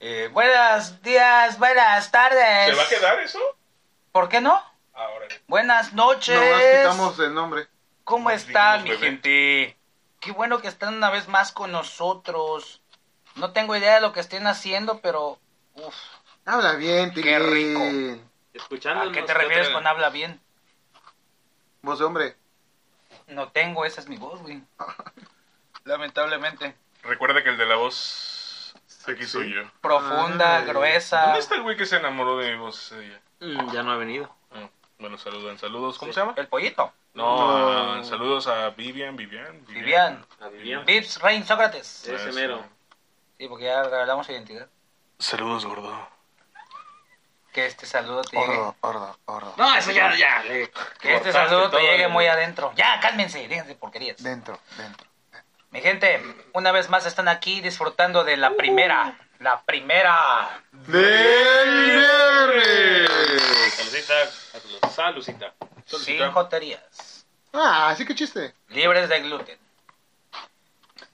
Eh, buenos días, buenas tardes. ¿Se va a quedar eso? ¿Por qué no? Ahora. Buenas noches. Nomás quitamos el nombre. ¿Cómo Nos están, mi dijimos, bebé. gente? Qué bueno que están una vez más con nosotros. No tengo idea de lo que estén haciendo, pero... Uf, Habla bien, Qué Tilín. rico. Escuchándonos. ¿A qué te refieres otra- con habla bien? Vos, hombre. No tengo, esa es mi voz, güey. Lamentablemente. Recuerda que el de la voz aquí soy yo. Profunda, Ay. gruesa. ¿Dónde está el güey que se enamoró de mi voz ese día? Mm, ya no ha venido. Ah, Bueno, saludan, saludos. ¿Cómo se llama? El pollito. No, No. saludos a Vivian, Vivian. Vivian. A Vivian. Vips, Rain, Sócrates. Sí. Ese mero. Sí, porque ya revelamos su identidad. Saludos, gordo. Que este saludo te llegue. Eh. ordo, ordo. No, eso ya, ya. le- Que este cortaste saludo te todo llegue el- muy adentro. Ya, cálmense, déjense de porquerías. Dentro, dentro. Mi gente, una vez más están aquí disfrutando de la primera. La primera. ¡Del viernes! Salucita. a- Salucita. Sin joterías. Ah, así que chiste. Libres de gluten.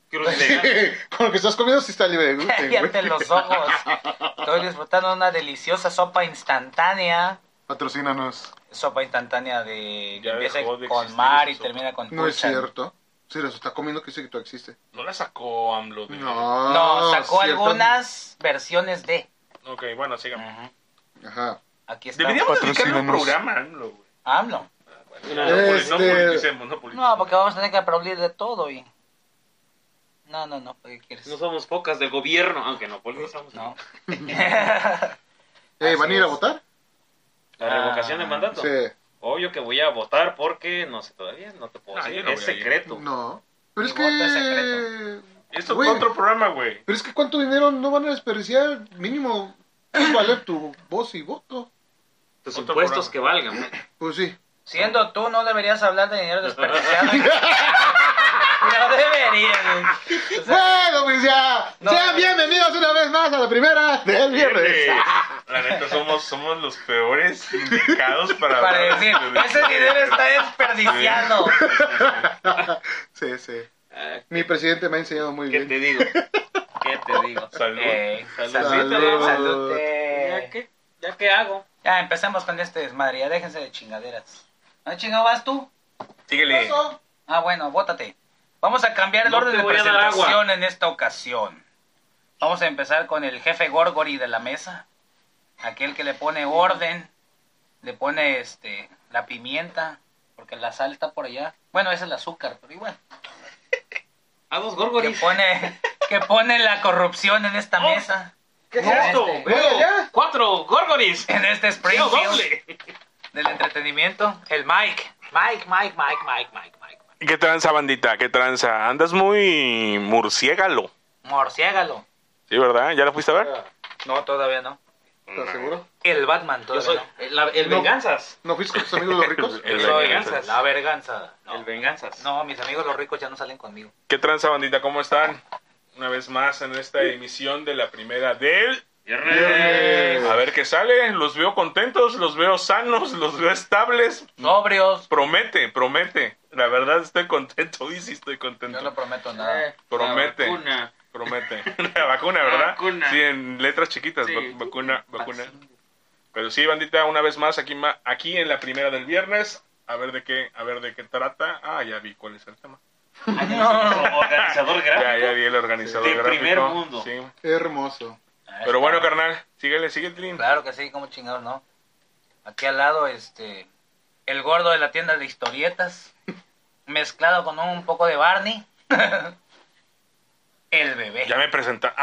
Quiero decir, Con lo que estás comiendo sí está libre de gluten, güey. Cállate los ojos. Estoy disfrutando de una deliciosa sopa instantánea. Patrocínanos. Sopa instantánea de que Ya empieza dejó de con existir mar esa y sopa. termina con No es pulsan. cierto. Si los está comiendo, que dice que tú existe. ¿No la sacó AMLO? de- No. No, sacó ¿cierto? algunas versiones de. Ok, bueno, sigamos. Ajá. Aquí Eh, está. Pues, Deberíamos dedicarle un Patrocínanos. programa a AMLO, güey. Ah, AMLO. una- Eh. No, Este- No politicemos, no politicemos. No, porque vamos a tener que aplaudir de todo y. No, no, no, ¿por ¿qué quieres? No somos pocas del gobierno, aunque no politizamos. No. Eh, ¿Van a ir a Así es. votar? La revocación de mandato. Sí. Obvio que voy a votar porque no sé todavía, no te puedo Ah, decir. yo no es voy a ir. secreto. No. Pero Mi es voto es secreto. que. Esto Güey, es otro programa, güey. Pero es que cuánto dinero no van a desperdiciar. Mínimo, ¿qué vale tu voz y voto? Tus Otro impuestos programa. que valgan. Pues sí. Siendo tú, no deberías hablar de dinero desperdiciado. no deberías. güey. O sea, Bueno, pues ya. No. Sean bienvenidos una vez más a la primera del viernes. La neta, somos, somos los peores indicados para... para hablar decir, de- ese dinero está desperdiciado. Sí, sí. Ah, Mi presidente me ha enseñado muy ¿Qué bien. te digo? ¿Qué te digo? Salud. Eh, Saludcita, salud, Salud. salud. ¿Ya qué? ¿Ya qué hago? Ya empecemos con este desmadre, ya déjense de chingaderas. ¿No chingado vas tú? Síguele. Ah, bueno, bótate. Vamos a cambiar el No orden te de voy a dar agua. presentación en esta ocasión. Vamos a empezar con el jefe Gorgori de la mesa. Aquel que le pone orden, le pone este la pimienta, porque la sal está por allá. Bueno, ese es el azúcar, pero igual. A dos Que gorgoris. pone, que pone la corrupción en esta Oh, mesa, ¿Qué es No, esto? este. Veo Mira, ya. Cuatro gorgoris. en este Veo Springfield doble. del entretenimiento. El Mike. Mike, Mike, Mike, Mike, Mike, Mike. ¿Qué tranza, bandita? ¿Qué tranza? Andas muy murciégalo. Morciégalo. Sí, ¿verdad? ¿Ya la fuiste a ver? No, todavía no. ¿Estás seguro? El Batman Yo todavía soy no. el, la- el No. venganzas. ¿No fuiste con tus amigos los ricos? El Soy Venganzas. La verganza. No. El venganzas. No, mis amigos los ricos ya no salen conmigo. ¿Qué tranza, bandita? ¿Cómo están? Una vez más en esta emisión de la primera del... Viernes. A ver qué sale. Los veo contentos, los veo sanos, los veo estables. Sobrios. Promete, promete. La verdad estoy contento, y sí estoy Yo no contento. prometo Ah, Eh, nada. Eh, Promete. La vacuna. Promete. La vacuna, ¿verdad? Vacuna. Sí, en letras chiquitas. Sí. vac- Vacuna, vacuna. Pero sí, bandita, una vez más aquí, ma- aquí en la primera del viernes. A ver de qué, a ver de qué trata. Ah, ya vi cuál es el tema. Ay, nuestro Organizador Ya, gráfico. ya vi el organizador Del gráfico. primer mundo. Sí. Hermoso. Pero bueno, carnal, síguele, síguele, Trin. Claro que sí, como chingados, ¿no? Aquí al lado, este. El gordo de la tienda de historietas. mezclado con un poco de Barney. el bebé. Ya me presenta.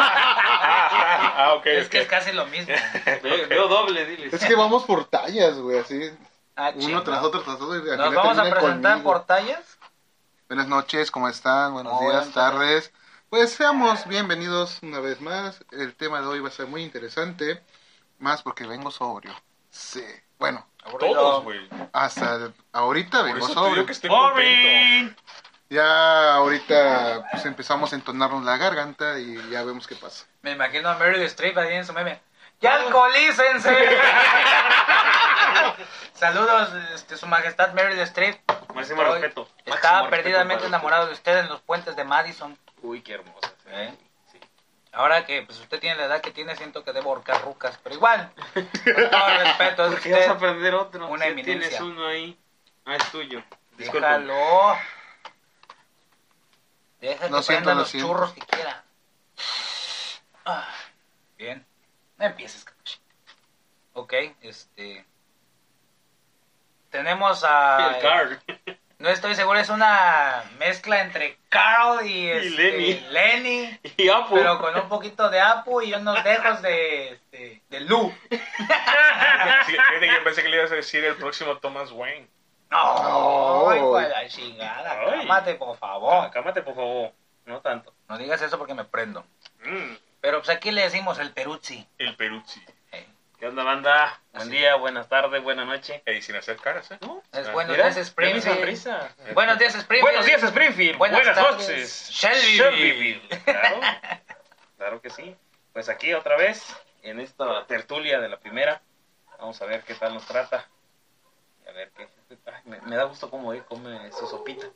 ¡Ah! ah, ok. es que es ok. casi lo mismo. Veo, veo doble, diles. Es que vamos por tallas, güey, así. Ah, Uno chinga. tras otro, tras otro. y al Nos final vamos a terminan presentar conmigo. por tallas. Buenas noches, ¿cómo están? Buenos Hola. días, tardes. Pues seamos bienvenidos una vez más. El tema de hoy va a ser muy interesante. Más porque vengo sobrio. Sí. Bueno, Todos, güey. hasta ahorita Por vengo eso te digo sobrio. que estoy contento. Ya ahorita pues empezamos a entonarnos la garganta y ya vemos qué pasa. Me imagino a Meryl Streep ahí en su meme. ¡Ya alcoholícense! Saludos, este, su majestad Meryl Streep. Máximo Estoy- respeto. Estaba Máximo respeto perdidamente para usted. enamorado de usted en los puentes de Madison. Uy, qué hermosa. ¿Eh? Sí. Ahora que pues usted tiene la edad que tiene, siento que debo ahorcar rucas, pero igual, con todo respeto, es Porque vas usted, a perder otro. una Sí, eminencia. Tienes uno ahí. Ah, es tuyo. Disculpa. déjalo. Deja que Lo siento, prenda lo los siento. churros que quiera. Ah, bien, no empieces, Kakashi. Ok, este... Tenemos a... El card. No estoy seguro, es una mezcla entre Carl y, este, Lenny. Lenny, Y Apu. pero con un poquito de Apu y unos dejos de, este, de Lu. Sí, fíjate que yo pensé que le ibas a decir el próximo Thomas Wayne. No, No. hijo de la chingada, Ay. cálmate, por favor. Cámate, por favor. No tanto. No digas eso porque me prendo. Mm, Pero pues aquí le decimos el Peruzzi. el Peruzzi. Eh, ¿Qué onda, banda? Buen Así. día, buenas tardes, buenas noches. Y sin hacer caras, ¿eh? ¿No? Es Ah, buenos Mira, días, mira mi Springfield. sonrisa. Buenos días, Springfield. Buenos días, Springfield. Buenas Buenas, tardes, noches. Shelbyville. Claro. Claro que sí. Pues aquí otra vez, en esta tertulia de la primera. Vamos a ver qué tal nos trata. Y A ver qué. ay, me, me da gusto cómo él come su sopita.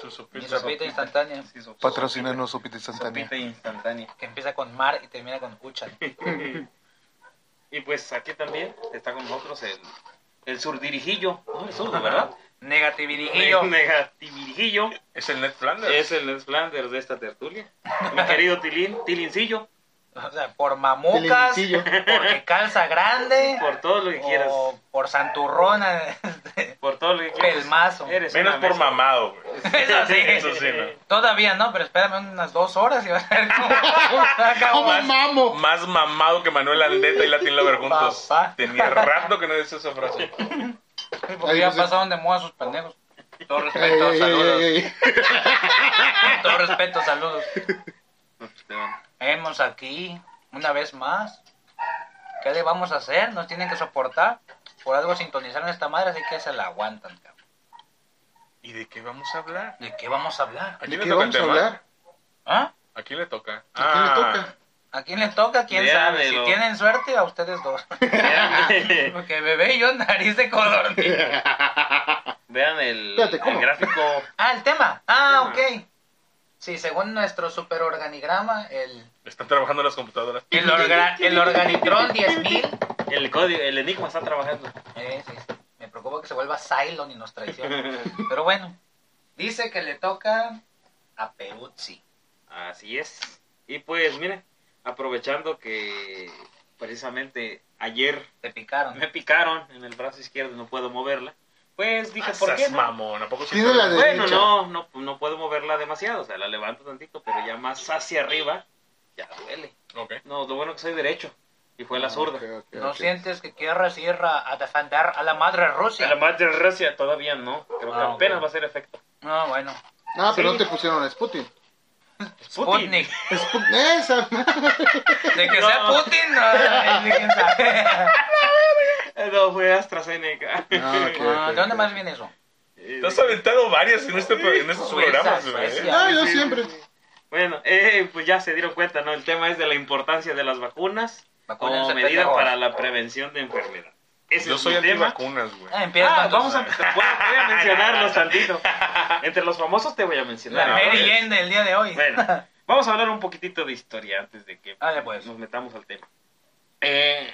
Tú Mi supiste. sopita instantánea, Sí, su- su Patrocínanos Sopita sopita, Instantánea. Sopita instantánea. que empieza con Mar y termina con Uchan. Y pues aquí también está con nosotros el, el surdirijillo. No, el surdo, ¿verdad? Negativirijillo. Negativirijillo. Es el Ned Flanders. Es el Flanders de esta tertulia. Mi querido Tilín, Tilincillo, O sea, por mamucas, Pelincillo. porque calza grande, por todo lo que quieras. o por santurrona, este, Por todo lo que quieras. pelmazo. Eres Menos una por mesa. mamado, güey. Eso sí. Eso sí, ¿no? Todavía no, pero espérame unas dos horas y vas a ver cómo saca ¡Cómo más. mamo! Más mamado que Manuel Andeta y Latin Lover juntos. Papá. Tenía rato que no decía esa frase. Porque ya pasaron de moda sus pendejos. Todo Ey, respeto, ey, saludos. ey, ey. Todo respeto, saludos. Esteban. Hemos aquí, una vez más. ¿Qué le vamos a hacer? Nos tienen que soportar. Por algo sintonizaron esta madre, así que se la aguantan, cabrón. ¿Y de qué vamos a hablar? ¿De qué vamos a hablar? ¿A ¿De quién le qué toca el vamos a tema? hablar? ¿Ah? ¿A quién le toca? ¿A quién le Ah, toca? ¿A quién les toca? ¿Quién sabe? Si Véanmelo. tienen suerte, a ustedes dos. Vean, Porque bebé y yo, nariz de color. vean el, Espérate, el ¿cómo? gráfico. Ah, el tema. Ah, ok. Sí, según nuestro superorganigrama, el, Están trabajando las computadoras. el, orga- el organitrón 10.000. El código, el enigma está trabajando. Eh, sí, sí. Me preocupa que se vuelva Cylon y nos traicione. Pero bueno, dice que le toca a Peruzzi. Así es. Y pues, mire, aprovechando que precisamente ayer Te picaron. me picaron en el brazo izquierdo y no puedo moverla, pues dije, ¿por qué Seas no? mamón, ¿a poco sí? Tiene la de- Bueno, derecha. no, no, no puedo moverla demasiado, o sea, la levanto tantito, pero ya más hacia arriba, ya duele. Ok. No, lo bueno que soy derecho, y fue la zurda. Ah, Ok, ok, ¿No ok. sientes que quieres ir a, a defender a la madre A la Rusia? madre Rusia todavía no, creo que Ah, ok. apenas va a ser efecto. No, bueno. Ah, pero no Sí. te pusieron a Sputin. Sputnik. Sput- ¡Esa! De que sea No. Putin, no, de quién sabe. Eh, No, fue AstraZeneca. Ah, ok, Ah, ¿De ok, dónde ok. más viene eso? Te has aventado varias en, este pro- en estos Suiza, programas, güey. Suecia. No, yo Sí, sí, siempre. sí. Bueno, eh, pues ya se dieron cuenta, ¿no? El tema es de la importancia de las vacunas Vacúnense, como medida pendejos. para la prevención de enfermedad. Ese Yo es soy mi tema. antivacunas, güey. Ah, empieza Ah, con- vamos a, voy a voy a mencionarlos tantito. Entre los famosos te voy a La mencionar. Mary ahora. Jane del día de hoy. Bueno, vamos a hablar un poquitito de historia antes de que Dale, pues. nos metamos al tema. Eh,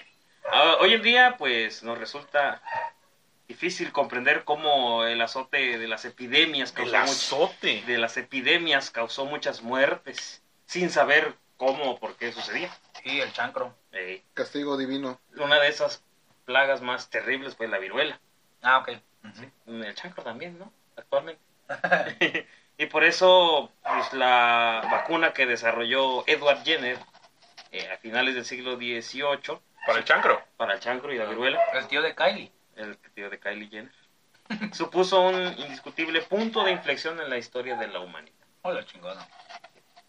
ah, hoy en día, pues, nos resulta difícil comprender cómo el azote de las epidemias El causó, much- azote. de las epidemias causó muchas muertes, sin saber cómo o por qué sucedía. Y el chancro. Eh, Castigo divino. una de esas plagas más terribles fue la viruela. Ah, ok. El chancro también, ¿no? Actualmente. y por eso, pues, la vacuna que desarrolló Edward Jenner eh, a finales del siglo XVIII Para el chancro. para el chancro y la viruela, El tío de Kylie. el tío de Kylie Jenner, supuso un indiscutible punto de inflexión en la historia de la humanidad. Hola, chingona.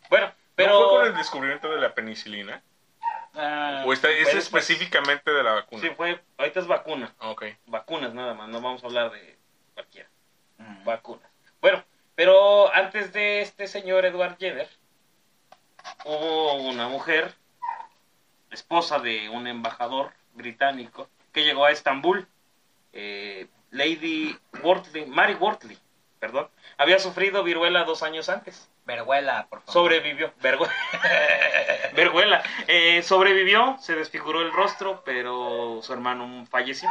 Bueno, Pero... ¿No fue con pero... el descubrimiento de la penicilina? Ah, ¿O esta- es Pues, específicamente de la vacuna? Sí, fue... Ahorita es vacuna. Ok. Vacunas nada más, no vamos a hablar de cualquiera. mm. vacunas. Bueno, pero antes de este señor Edward Jenner, hubo una mujer, esposa de un embajador británico, que llegó a Estambul, eh, Lady Wortley, Mary Wortley, perdón, había sufrido viruela dos años antes. Vergüela, por favor. Sobrevivió. Vergüe- Vergüela. Eh, sobrevivió, se desfiguró el rostro, pero su hermano falleció.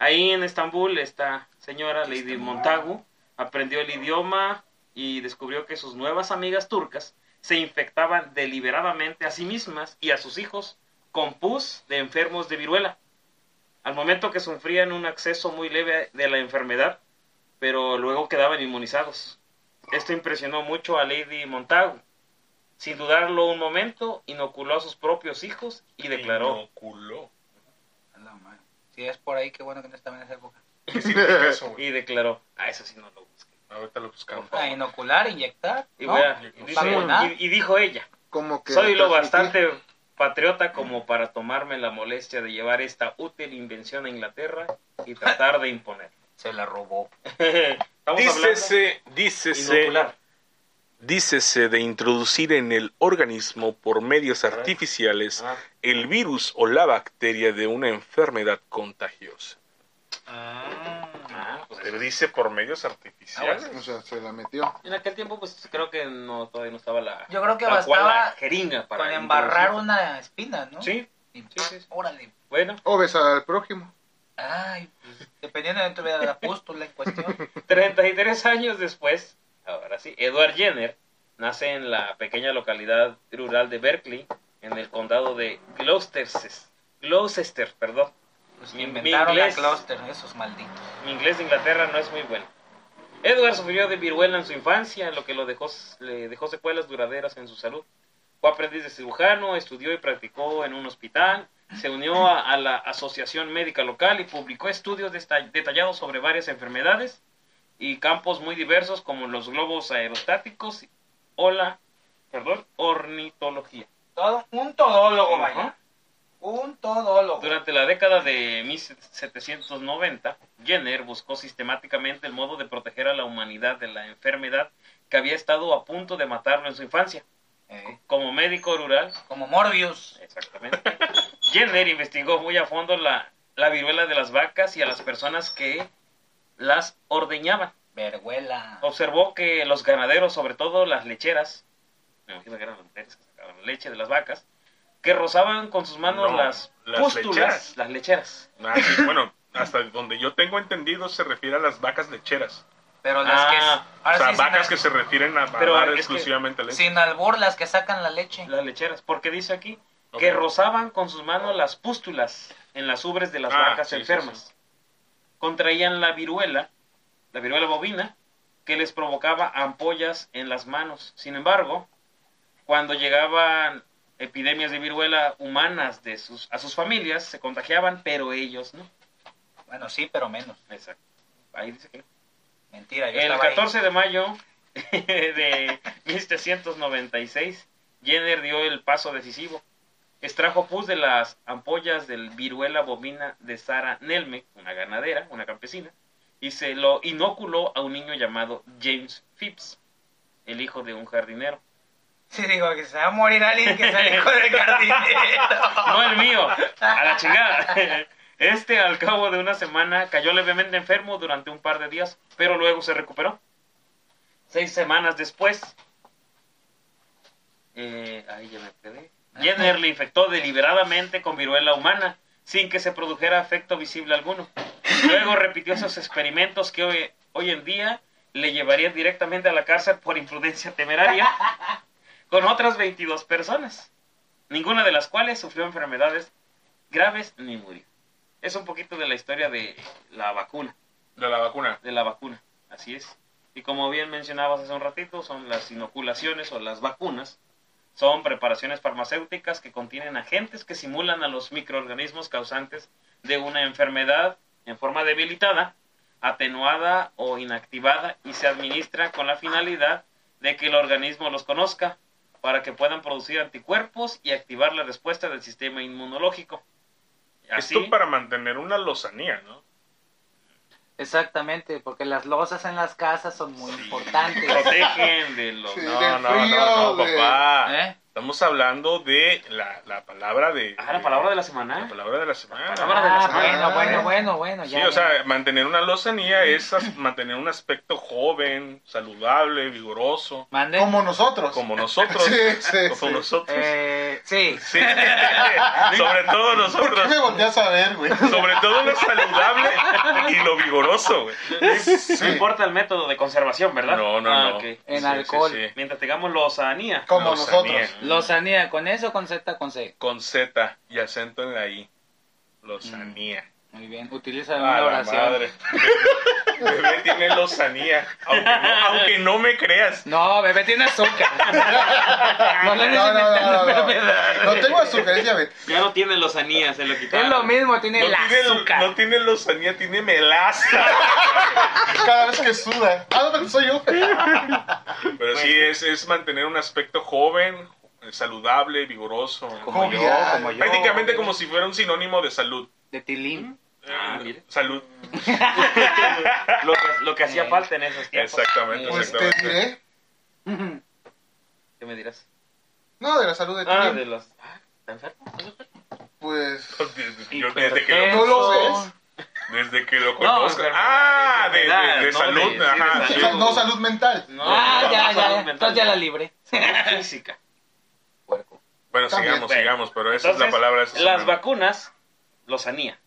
Ahí en Estambul, esta señora, Lady Montagu, aprendió el idioma y descubrió que sus nuevas amigas turcas se infectaban deliberadamente a sí mismas y a sus hijos con pus de enfermos de viruela. Al momento que sufrían un acceso muy leve de la enfermedad, pero luego quedaban inmunizados. Esto impresionó mucho a Lady Montagu. Sin dudarlo un momento, inoculó a sus propios hijos y declaró. Inoculó. A la madre. Si es por ahí, qué bueno que no estaba en esa época. ¿Qué significa eso, güey? Y declaró. Ah, eso sí no lo busqué. Ahorita lo buscamos. Ah, inocular, inyectar. Y, ¿no? vea, y Sí. dice- y- y dijo ella. Como que Soy lo transmitir- bastante patriota como para tomarme la molestia de llevar esta útil invención a Inglaterra y tratar de imponer. Se la robó. Estamos Dícese, hablando dícese, inocular. dícese de introducir en el organismo por medios artificiales Ah. el virus o la bacteria de una enfermedad contagiosa. Ah, pues, Pero dice por medios artificiales. O sea, se la metió. en aquel tiempo, pues creo que no todavía no estaba la. Yo creo que tal cual la bastaba jeringa para con embarrar introducir. una espina, ¿no? Sí, Y, sí, sí. Órale. bueno. O besar al prójimo. Ay, pues, dependiendo de tu vida de la pústula en cuestión. 33 años después, ahora sí, Edward Jenner nace en la pequeña localidad rural de Berkeley, en el condado de Gloucestershire. Gloucester, perdón. Pues Mi- mi inventaron la inglés. cluster, esos malditos. Mi inglés de Inglaterra no es muy bueno. Edward sufrió de viruela en su infancia, lo que lo dejó, le dejó secuelas duraderas en su salud. Fue aprendiz de cirujano, estudió y practicó en un hospital, se unió a, a la asociación médica local y publicó estudios desta- detallados sobre varias enfermedades y campos muy diversos como los globos aerostáticos o la perdón, ornitología. Todo, un todólogo, Ajá. Oh, vaya. Un todólogo. Durante la década de 1790, Jenner buscó sistemáticamente el modo de proteger a la humanidad de la enfermedad que había estado a punto de matarlo en su infancia. Eh, Como médico rural, como Morbius. exactamente, Jenner investigó muy a fondo la, la viruela de las vacas y a las personas que las ordeñaban. Vergüela. Oh. Observó que los ganaderos, sobre todo las lecheras, me imagino que eran las mujeres que sacaban leche de las vacas, que rozaban con sus manos No, las, las pústulas, lecheras. las lecheras. Ah, sí, bueno, hasta donde yo tengo entendido se refiere a las vacas lecheras. Pero las que. Ah, O ahora sea, sí, sin vacas al- que se refieren a, a Pero dar es que- exclusivamente leche. Sin albur, las que sacan la leche. Las lecheras, porque dice aquí Ok. que rozaban con sus manos las pústulas en las ubres de las Ah, vacas sí, sí, enfermas. Contraían la viruela, la viruela bovina, que les provocaba ampollas en las manos. Sin embargo, cuando llegaban epidemias de viruela humanas de sus, a sus familias, se contagiaban, pero ellos no. Bueno, sí, pero menos. Exacto. Ahí dice que no. Mentira, yo El estaba ahí. 14 de mayo de 1796, Jenner dio el paso decisivo. Extrajo pus de las ampollas del viruela bovina de Sara Nelme, una ganadera, una campesina, y se lo inoculó a un niño llamado James Phipps, el hijo de un jardinero. Sí, digo que se va a morir alguien que se hijo del jardinero. No el mío, a la chingada. Este, al cabo de una semana, cayó levemente enfermo durante un par de días, pero luego se recuperó. Seis semanas después, eh, ahí ya me quedé. Jenner le infectó deliberadamente con viruela humana, sin que se produjera efecto visible alguno. Luego repitió esos experimentos que hoy, hoy en día le llevarían directamente a la cárcel por imprudencia temeraria con otras 22 personas ninguna de las cuales sufrió enfermedades graves ni murió. Es un poquito de la historia de la vacuna, De la vacuna. de la vacuna, así es. Y como bien mencionabas hace un ratito, son las inoculaciones o las vacunas, son preparaciones farmacéuticas que contienen agentes que simulan a los microorganismos causantes de una enfermedad en forma debilitada, atenuada o inactivada y se administra con la finalidad de que el organismo los conozca para que puedan producir anticuerpos y activar la respuesta del sistema inmunológico. Así, Esto para mantener una lozanía, ¿no? Exactamente, porque las losas en las casas son muy importantes. protegen de los... Sí, No, del no, frío, no, no, de- papá. ¿Eh? Estamos hablando de la, la palabra de. Ah, la palabra de la semana. la palabra de la semana. palabra de la Ah, semana. bueno, bueno, bueno, bueno. Sí, ya, o ya. sea, mantener una lozanía es as- mantener un aspecto joven, saludable, vigoroso, Mande. Como nosotros. ¿Eh? como nosotros. Sí, sí, como sí. nosotros. Eh, sí. Sí, sobre todo ¿Por qué me nosotros. volteas a ver, güey? Sobre todo lo saludable y lo vigoroso, güey. Sí. No importa el método de conservación, ¿verdad? No, no, Ah, no. ok. En Sí, alcohol. sí, sí. Mientras tengamos lozanía. Como Lozanía. nosotros. Lozanía, ¿con eso o con Z? Con C. Con Z y acento en la I. Lozanía. Muy bien. Utiliza A una la oración. madre. Bebé, bebé tiene lozanía. Aunque no, aunque no me creas. No, bebé tiene azúcar. no le No, no, no, no, no. No tengo azúcar, es diabetes. Ya no tiene lozanía, se lo quitaron. Es lo mismo, tiene No el tiene, azúcar. no tiene lozanía, tiene melaza. Cada vez que suda. Ah, no, pero soy yo. Pero sí, es, es mantener un aspecto joven, saludable, vigoroso. Como yo, Jovial. como yo. Prácticamente como si fuera un sinónimo de salud. De tilín. Ah, mira. Salud. Lo que, lo que hacía Eh, falta en esos tiempos. Exactamente, Pues te exactamente. diré. ¿Qué me dirás? No, de la salud de ti. Ah, de los... ah, ¿Está enfermo? Pues. Yo desde que ¿No lo, lo ves? desde que lo No, conozco. enfermedad, ah, de, de- de enfermedad, no salud. de- sí, de ajá, salud. sí. No, salud mental. No, Ah, no, ya, no, salud ya, ya. mental, Entonces ya la libre. Salud física. Bueno, También, sigamos, bueno. sigamos, pero esa es Entonces, la palabra. de esta Las semana. vacunas, lozanía.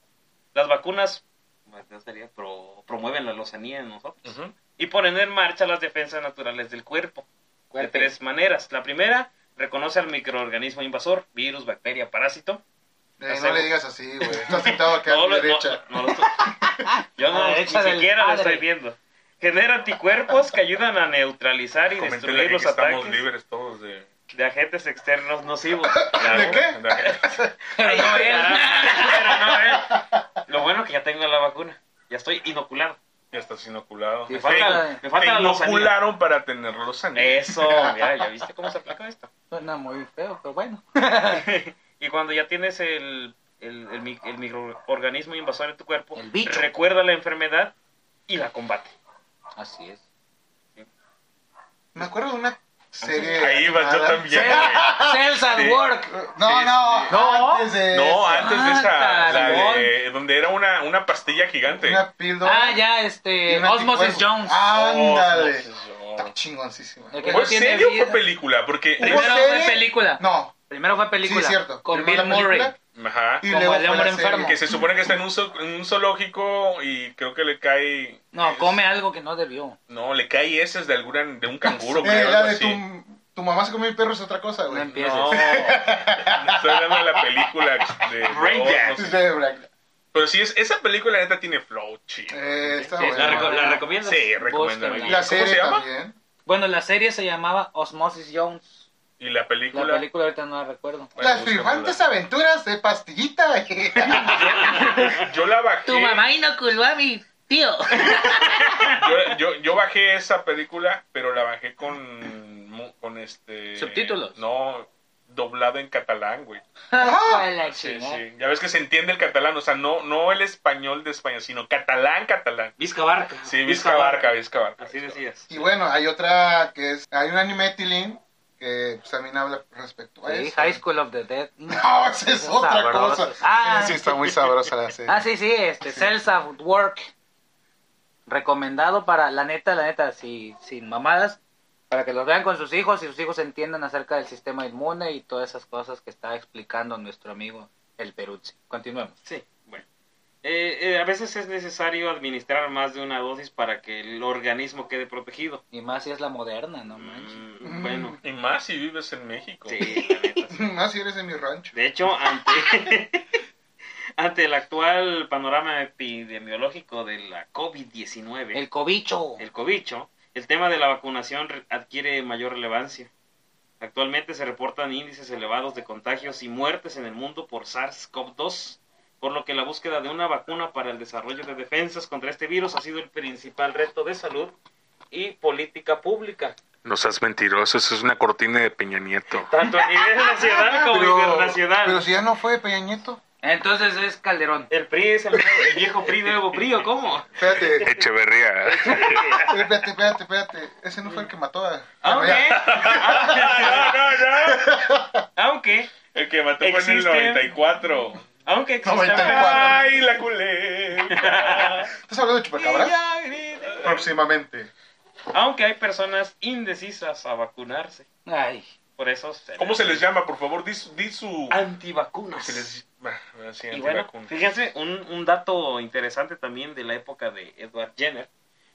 Las vacunas pues, no sería, pro- promueven la lozanía en nosotros. Ujú. Y ponen en marcha las defensas naturales del cuerpo. De tres maneras. La primera, reconoce al microorganismo invasor, virus, bacteria, parásito. Eh, no le digas así, güey. Estás sentado acá a No, mi lo- no, derecha. no lo estoy- Yo A no, la ni derecha del siquiera lo padre. estoy viendo. Genera anticuerpos que ayudan a neutralizar y Coméntale destruir que los estamos ataques libres todos de. de agentes externos nocivos. ¿De qué? Pero no es. Pero no él. Lo bueno es que ya tengo la vacuna. Ya estoy inoculado. Ya estás inoculado. Sí, Me falta, Te- me Te falta la Eh, lozanía. inocularon para tenerlo sano. Eso, mira, ya viste cómo se aplica esto. Suena muy feo, pero bueno. Y cuando ya tienes el, el, el mi- el microorganismo invasor en tu cuerpo, El bicho. recuerda la enfermedad y la combate. Así es. Me acuerdo de una serie. Ahí va yo animada. también. Cells at Ah, Sí. work. No, Sí, no, sí. No. antes de. No, antes de esa, Ah, la cabrón. de- donde era una, una pastilla gigante. Una píldora. Ah, ya, y este. un Osmosis anticuerpo. Jones. Ah, Ándale. Oh, Está chingoncísima. El que ¿Fue no tiene serio vida. o película? Porque. ¿Hubo Primero fue serie? película. No. Primero fue película. Sí, cierto. Con Primero Bill la Murray. película Ajá. Y Como luego el fue la hombre serie. enfermo. Que se supone que está en un, zoo- en un zoológico y creo que le cae. No, es- come algo que no debió. No, le cae heces de alguna de un canguro. Eh, creo, la algo de así. tu, tu mamá se comió mi perro es otra cosa, No güey. empieces. No, estoy hablando de la película de. de- Braindead. no Es sé. de Black. Pero sí, es, esa película neta tiene flow, chido. Eh, está Sí, ¿La, buena. reco- la recomiendas? Sí, recomiéndame. búsquenla. Y la ¿Cómo serie se llama? también. Bueno, la serie se llamaba Osmosis Jones. Y la La película. película ahorita no la recuerdo. Bueno, Las búscamela. firmantes aventuras de pastillita. Yo la bajé. Tu mamá inoculó a mi tío. Yo, yo, yo bajé esa película, pero la bajé con. mu- con este. ¿Subtítulos? No, doblada en catalán, güey. Para la Ah, Sí, chingada. sí. Ya ves que se entiende el catalán, o sea, no, no el español de España, sino catalán, catalán. Vizca Barca. Sí, Vizca Barca, Vizca Barca. Así decías. y bueno, hay otra que es. Hay un anime Tilín que pues, también habla respecto a Sí, eso. High School of the Dead. No, esa es otra Sabroso. cosa. Ah. sí, está muy sabrosa la serie. Ah, sí, sí, este, Cells at Work. Recomendado para, la neta, la neta, si- sin mamadas, para que los vean con sus hijos y sus hijos entiendan acerca del sistema inmune y todas esas cosas que está explicando nuestro amigo el Peruzzi. Continuemos. Sí, bueno. Eh, eh, a veces es necesario administrar más de una dosis para que el organismo quede protegido. Y más si es la moderna, no manches. Mm, bueno, Y más si vives en México. sí, la neta, sí. Más si eres de mi rancho. De hecho, ante, ante el actual panorama epidemiológico de la COVID-19, El cobicho. el cobicho, el tema de la vacunación re- adquiere mayor relevancia. Actualmente se reportan índices elevados de contagios y muertes en el mundo por SARS-CoV-2, por lo que la búsqueda de una vacuna para el desarrollo de defensas contra este virus ha sido el principal reto de salud y política pública, No seas mentiroso, eso es una cortina de Peña Nieto. tanto a nivel nacional como Pero, internacional. pero si ya no fue Peña Nieto. Entonces es Calderón. El PRI es el, nuevo- el viejo PRI, nuevo PRI, ¿o cómo? Espérate, Echeverría. espérate, espérate, espérate. Ese no fue el que mató a. a Aunque, María. aunque, aunque, El que mató fue en el Existe. 94. aunque exista. 94. ¡Ay, la culebra! ¿Estás hablando de chupacabras? Ya grité. Próximamente. Aunque hay personas indecisas a vacunarse. Ay. Por eso se ¿Cómo se les llama? Por favor, di, su- di su... Antivacunas. Se les... Ah, sí, Ah, Y bueno, antivacuna. fíjense, un, un dato interesante también de la época de Edward Jenner.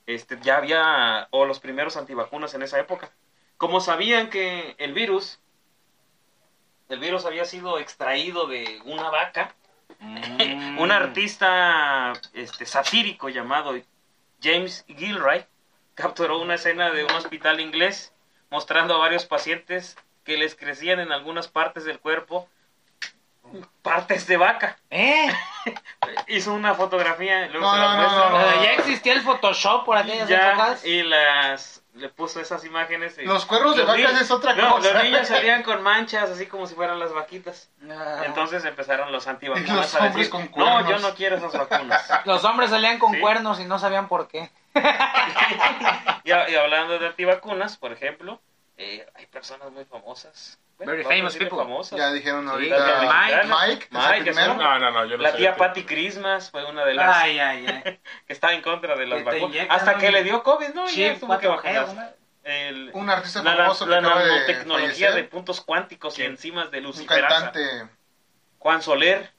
Este, ya había, o los primeros antivacunas en esa época. Como sabían que el virus, el virus había sido extraído de una vaca, un artista este, satírico llamado James Gilroy capturó una escena de un hospital inglés mostrando a varios pacientes que les crecían en algunas partes del cuerpo partes de vaca. ¿Eh? Hizo una fotografía, luego No, se la no, no, muestra. no, no, no. ya existía el Photoshop por Y aquellas ya, épocas. y las le puso esas imágenes y Los cuernos de Los vacas niños- es otra no, cosa. los niños salían con manchas así como si fueran las vaquitas. Ah. Entonces empezaron los Y los antivacunas a hombres decir, con "No, cuernos". yo no quiero esas vacunas." Los hombres salían con Sí. cuernos y no sabían por qué. y, a- y hablando de antivacunas, por ejemplo, eh, hay personas muy famosas. Very vamos a famous decirle people. famosas. Ya dijeron la ahorita. mexicana. Mike, es el Mike, es primero. una- No, no, no, yo no La soy tía el- Patty Christmas fue una de las ay, ay. que estaba en contra de las Que te vacunas. inyectan Hasta un que le dio COVID, ¿no? Y ya Chip tuvo que 4G, vacunarse. ¿no? El- Un artista la, famoso la que acaba de nanotecnología de, fallecer. puntos cuánticos y ¿Quién? enzimas de Un luciferaza. cantante. Juan Soler.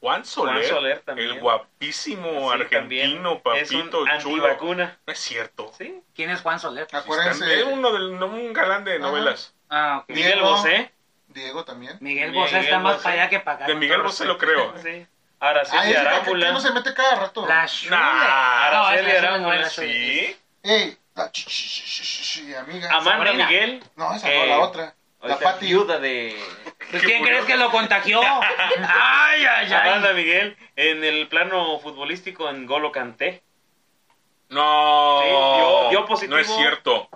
Juan Soler, Juan Soler también. el guapísimo sí, argentino, también papito, es un chulo. antivacuna. No es cierto. Sí. ¿Quién es Juan Soler? Acuérdense. Es uno del, no, un galán de Ajá. novelas. Ah, ok. Miguel Diego. Bosé. Diego también. Miguel Miguel Bosé está más Bosé. para allá que para acá. De con Miguel todo Bosé lo respeto. creo. Sí. Ah, Araceli ese argentino Arámbula. se mete cada rato. La Shule. Nah, No, Araceli esa es una Arámbula, novela, Shule. Sí. Ey, la ch- ch- ch- ch- ch- ch- amiga. Amanda Sabrina. Miguel. No, esa Eh, no, la otra. La Ah, ahorita Pati. viuda de Pues, ¿Quién crees que lo contagió? ay, ay, Amanda ay. Miguel en el plano futbolístico en Golo Canté. No, Sí, dio- dio positivo. no es cierto.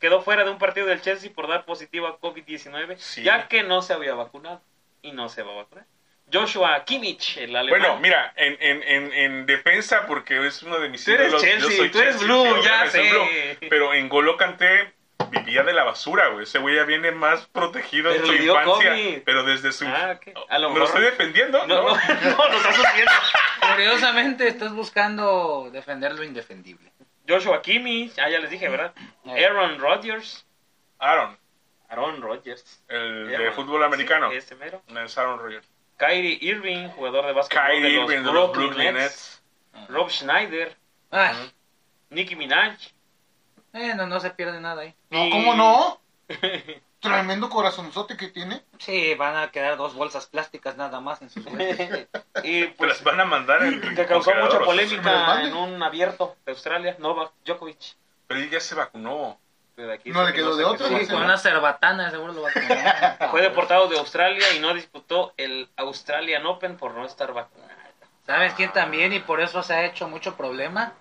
Quedó fuera de un partido del Chelsea por dar positivo a COVID-19, Sí. ya que no se había vacunado y no se va a vacunar. Joshua Kimmich, el alemán. Bueno, mira, en, en, en, en defensa, porque es uno de mis Tú eres ídolos, yo Chelsea, soy tú eres Chelsea, blue, sí, ya obviamente soy sé. blue. pero en Golo Kanté vivía de la basura, güey. Ese güey ya viene más protegido en Pero su le dio infancia. COVID. Pero desde su... Ah, ok. A ¿Lo lo mejor- estoy defendiendo? no, no, no, lo estás haciendo. Curiosamente estás buscando defender lo indefendible. Joshua Kimmich, ah, ya les dije, ¿verdad? Eh. Aaron Rodgers. Aaron, Aaron Rodgers. el Se de llama. fútbol americano. Sí, ese mero. No, es Aaron Rodgers. Kyrie Irving, jugador de básquetbol Kyrie de los Irving de los Brooklyn Brooklyn Nets. Nets. Rob Schneider, Ay, Nicki Minaj. ah, bueno, no se pierde nada ahí. No, ¿cómo no? Tremendo corazonzote que tiene. Sí, van a quedar dos bolsas plásticas nada más en sus huesos. y Te las pues van a mandar en que causó refrigerador, mucha o sea, me lo polémica mande. en un abierto de Australia, Novak Djokovic. Pero él ya se vacunó. De aquí No se- le quedó de sé otra, qué Sí, se con va a una hacer. cerbatana seguro lo va a tener. Fue deportado de Australia y no disputó el Australian Open por no estar vacunado. ¿Sabes quién también? Y por eso se ha hecho mucho problema.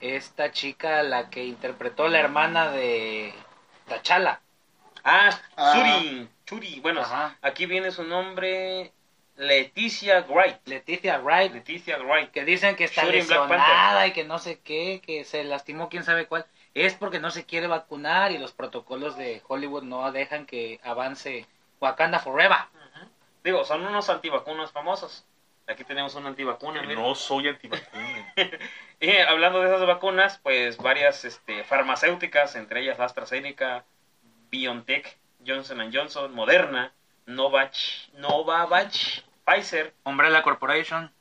Esta chica, la que interpretó la hermana de Tachala. Ah, Ah. Suri, Churi, bueno, Ajá. aquí viene su nombre, Leticia Wright. Leticia Wright, Leticia Wright. que dicen que está Shuri en Black lesionada y que no sé qué, que se lastimó quién sabe cuál, es porque no se quiere vacunar y los protocolos de Hollywood no dejan que avance Wakanda Forever. Digo, son unos antivacunas famosos. Aquí tenemos un antivacuna. mira. No soy antivacuna. Y eh, hablando de esas vacunas, pues varias este, farmacéuticas, entre ellas AstraZeneca, BioNTech, Johnson Johnson, Moderna, Novavac, Novavac, Pfizer, Umbrella Corporation.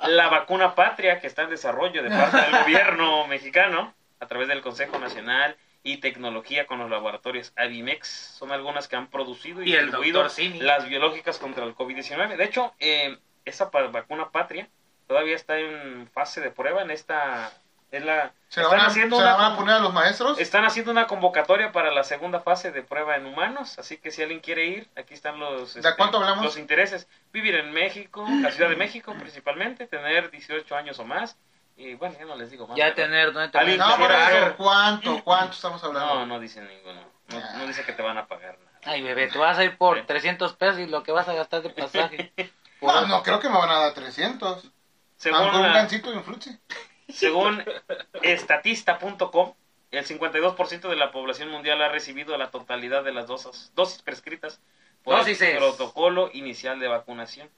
la vacuna patria que está en desarrollo de parte del gobierno mexicano a través del Consejo Nacional y Tecnología con los laboratorios Avimex son algunas que han producido y, Y el distribuido Dr. Simi. las biológicas contra el COVID-19. De hecho, eh, esa pa- vacuna patria todavía está en fase de prueba en esta es la ¿Se la están van a, haciendo se la una van a con- poner a los maestros? están haciendo una convocatoria para la segunda fase de prueba en humanos, así que si alguien quiere ir, aquí están los, ¿De cuánto hablamos? este, los intereses. Vivir en México, la Ciudad de México principalmente, tener 18 años o más, y bueno, ya no les digo más. Ya ¿verdad? tener ¿dónde te Alguien van a No, por quisiera vacunar? ver. eso. ¿Cuánto? ¿Cuánto estamos hablando? No, no dicen ninguno. No, no dice que te van a pagar nada. Ay, bebé, te vas a ir por 300 pesos y lo que vas a gastar de pasaje. No, no, creo que me van a dar 300. Según, Algo, un la- gancito y un frutti. según estatista.com, el 52% de la población mundial ha recibido la totalidad de las dosis, dosis prescritas por Dósises. el protocolo inicial de vacunación.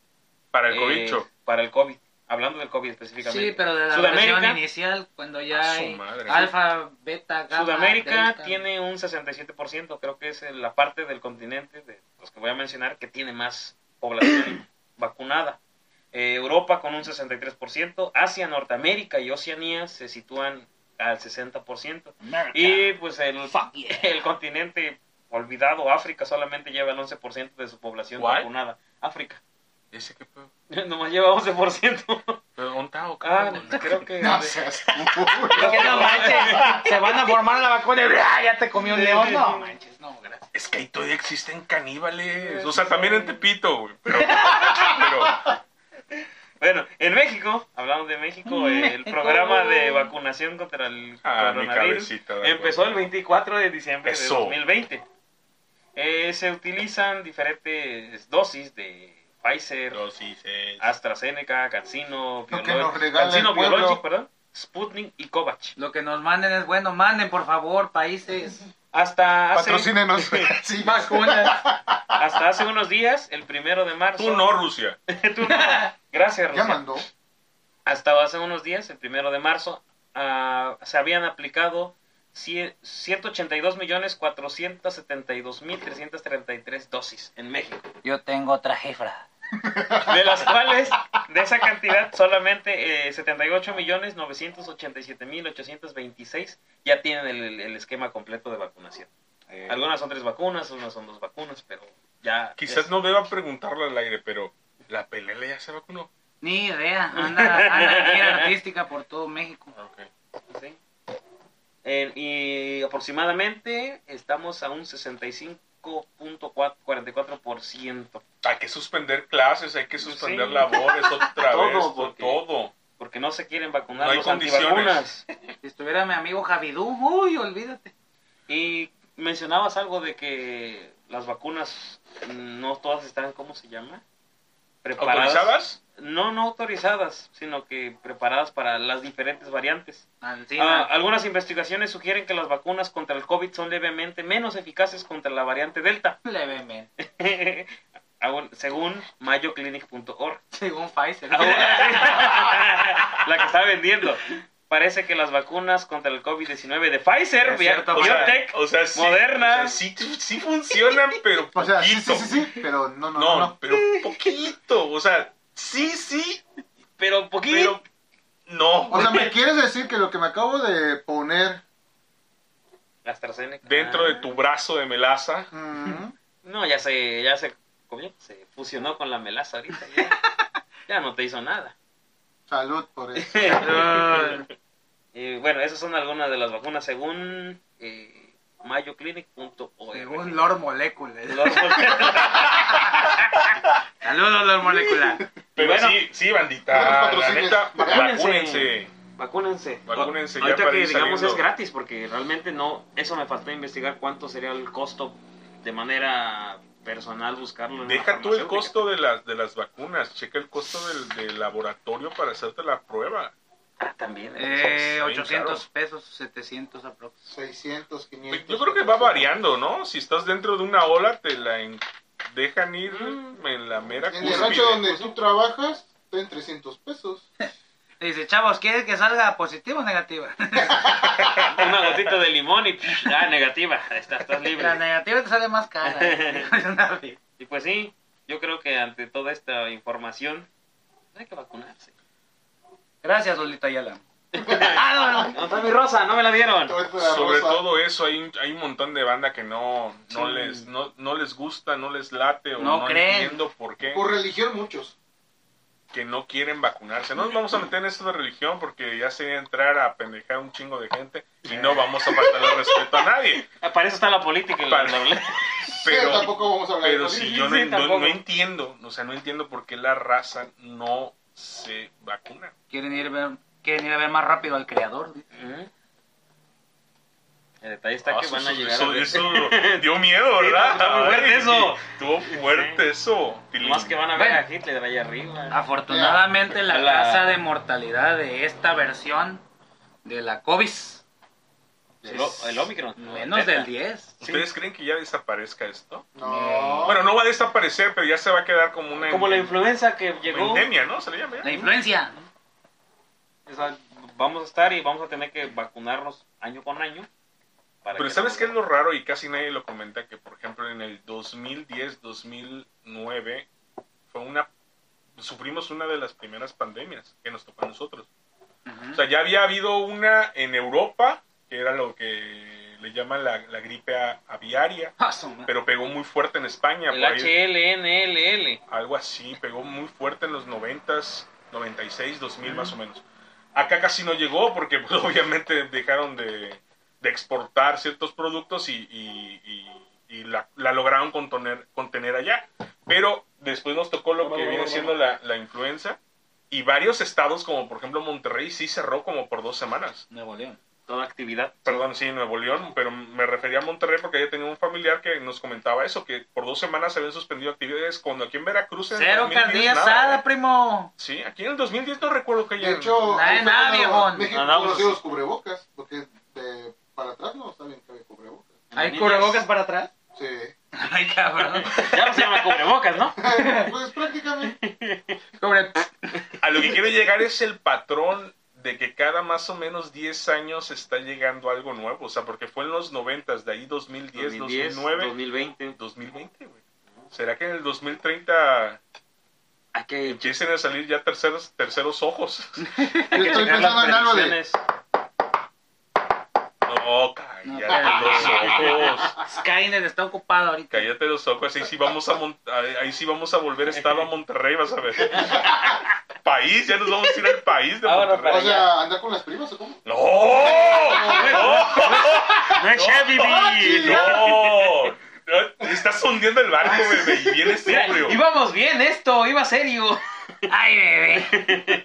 Para el eh, cobicho. Para el COVID. Hablando del COVID específicamente. Sí, pero de la Sudamérica, versión inicial, cuando A ya su hay madre. alfa, beta, gamma, Sudamérica delta. tiene un 67%, creo que es la parte del continente de los que voy a mencionar que tiene más población vacunada. Eh, Europa con un 63%, Asia, Norteamérica y Oceanía se sitúan al 60%. Y pues el, el continente olvidado, África, solamente lleva el 11% de su población ¿Cuál? vacunada. África, Ese que pedo. nomás lleva 11%. Pero un tao, ah, cabrón. creo que... No seas. Que no manches, se van a formar la vacuna y ¡ah! ya te comió un león. No manches, no, gracias. Es que ahí todavía existen Eh, caníbales. O sea, también en Tepito, güey. Pero, ah, pero Bueno, en México, hablando de México, eh, el México. programa de vacunación contra el Ah, mi coronavirus cabecita, de acuerdo. empezó el 24 de diciembre Eso. de 2020. Eh, se utilizan diferentes dosis de Pfizer, pero sí, se- AstraZeneca, Cancino, Lo que Biolo- nos regala el Cancino pueblo. Biologic, perdón, Sputnik y Kovac. Lo que nos manden es bueno, manden por favor, países. Hasta hace, Patrocínenos. Sí. Vacunas. hasta hace unos días, el primero de marzo. Tú no, Rusia. Tú no. Gracias, Ya Rusia. mandó. Hasta hace unos días, el primero de marzo, ah, se habían aplicado 182.472.333 dosis en México, Yo tengo otra cifra. de las cuales, de esa cantidad, solamente eh, 78.987.826 ya tienen el, el- el esquema completo de vacunación. Eh. Algunas son tres vacunas, unas son dos vacunas, pero ya... Quizás no deba preguntarlo al aire, pero la pelela ya se vacunó. Ni idea, anda, anda en gira artística por todo México. Sí. Eh, y aproximadamente estamos a un 65.44%. Hay que suspender clases, hay que Sí. suspender labores otra Todo, vez. to- porque- Todo. Porque no se quieren vacunar No hay los condiciones. antivacunas. Si estuviera mi amigo Javidú, uy, olvídate. Y mencionabas algo de que las vacunas mm, no todas están, ¿cómo se llama? ¿Autorizadas? No, no autorizadas, sino que preparadas para las diferentes variantes. Ah, Ancina. algunas investigaciones sugieren que las vacunas contra el COVID son levemente menos eficaces contra la variante Delta. levemente, Aún- según mayoclinic.org. según Pfizer. Aún así, la que está vendiendo. Parece que las vacunas contra el COVID-19 de Pfizer, Es cierto, Bio- BioNTech, o sea, sí, Moderna. o sea, sí, sí funcionan, pero poquito. O sea, sí, sí, sí, sí, pero no, no, no, no. no. pero poquito. O sea, sí, sí, pero poquito. pero no. O sea, ¿me quieres decir que lo que me acabo de poner AstraZeneca. Dentro de tu brazo de melaza. mm, Ah, No, ya se, ya se comió, se fusionó con la melaza ahorita. Ya, Ya no te hizo nada. salud por eso? Eh, bueno, esas son algunas de las vacunas según eh, mayoclinic.org. Según Lord Molecular. Los- Saludos, Lord Molecular. Pero Bueno. sí, sí, No nos bandita. La patrocines. neta, Vacúnense. vacúnense. Vacúnense. Vacúnense, ya Ahorita para que ir digamos saliendo. es gratis, porque realmente no, eso me faltó investigar cuánto sería el costo de manera personal buscarlo. en Deja una tú el farmacéutica. costo de las, de las vacunas, checa el costo del, del laboratorio para hacerte la prueba. Ah, también. Eh, Son 800 caros. pesos, 700 aproximadamente. 600, 500. Pues, Yo creo que va variando, ¿no? Si estás dentro de una ola, te la en- dejan ir Mm. en la mera En el rancho cúspide. donde tú trabajas, está en 300 pesos. Dice, chavos, ¿quieren que salga positiva o negativa? Una gotita de limón y psh, ah, negativa. Está, estás La libre. negativa te sale más cara. ¿eh? De una vez. Y pues sí, yo creo que ante toda esta información hay que vacunarse. Gracias, Lolita Ayala. Ah, no, no. No está mi rosa, no me la dieron. Sobre todo eso, hay, un- hay un montón de banda que no, no, Sí. les, no, no les gusta, no les late o no, No creen. entiendo por qué Por religión, muchos. que no quieren vacunarse. No nos Mm. vamos a meter en esto de religión porque ya sería entrar a pendejar un chingo de gente y no vamos a faltarle respeto a nadie. Ah, Para eso está la política y la- Para- la- Pero, tampoco vamos a hablar Pero de si política. yo no, Sí, no- tampoco. no entiendo, o sea, no entiendo por qué la raza no se vacuna. Quieren ir, a ver- quieren ir a ver más rápido al creador. Ujú. El detalle está Ah, que eso- van a eso- llegar Eso, a- eso dio miedo, Sí, ¿verdad? está muy fuerte Ay, eso. Estuvo fuerte eso. Tilín. Nomás que van a ver Bueno. Ah, a Hitler allá arriba. Afortunadamente la La- tasa de mortalidad de esta versión de la COVID El o- el Omicron. menos del 10. ¿Ustedes creen que ya desaparezca esto? No. Bueno, no va a desaparecer, pero ya se va a quedar como una Como la en- influenza que como llegó. endemia, ¿no? Se le llama ya. La influencia. o sea, vamos a estar y vamos a tener que vacunarnos año con año. para Pero que ¿sabes no- qué es lo raro? Y casi nadie lo comenta, que por ejemplo en el 2010-2009 fue una... Sufrimos una de las primeras pandemias que nos tocó a nosotros. Ujú. O sea, ya había habido una en Europa, que era lo que le llaman la, la gripe a- aviaria, Ah, su madre. pero pegó muy fuerte en España. El por ahí- HLNLL. algo así, pegó muy fuerte en los 90s, 96, 2000 más o menos. Acá casi no llegó porque pues, obviamente dejaron de, de exportar ciertos productos y, y- y- y la, la lograron contener, contener allá. Pero después nos tocó lo que viene siendo la, la influenza y varios estados, como por ejemplo Monterrey, sí cerró como por dos semanas. Nuevo León. Toda actividad. Perdón, sí, Nuevo León, pero me refería a Monterrey porque yo tenía un familiar que nos comentaba eso, que por dos semanas se habían suspendido actividades cuando aquí en Veracruz... en Cero 2010 carnilla nada, asada, ¿eh? primo. Sí, aquí en el 2010 no recuerdo que haya. De hecho, Nada de ahí fue nada, cuando viejón. México Nada, conoció pues. los cubrebocas, porque de- para atrás no saben que había cubrebocas. ¿Hay Niñas. cubrebocas para atrás? Sí. Ay, cabrón. Ya no se llama cubrebocas, ¿no? pues prácticamente. Cubre- A lo que quiero llegar es el patrón de que cada más o menos 10 años está llegando algo nuevo. O sea, porque fue en los 90, de ahí 2010, 2010, 2009, 2020. 2020, güey. ¿Será que en el 2030 Hay que, empiecen a salir ya terceros, terceros ojos? Yo hay que estoy checar las pensando en algo de. predicciones. No, cállate los ojos. Skynet está ocupado ahorita. Cállate los ojos, ahí sí vamos a mon- ahí ahí sí vamos a volver estado a Monterrey, vas a ver. País, ya nos vamos a ir al país de Vámonos Monterrey. O sea, andar con las primas o cómo? ¡No! ¡No! No es Chevy, baby. ¡No! No, Estás hundiendo el barco, bebé, y vienes Mira, sobrio. íbamos bien esto, iba serio. Ay, bebé.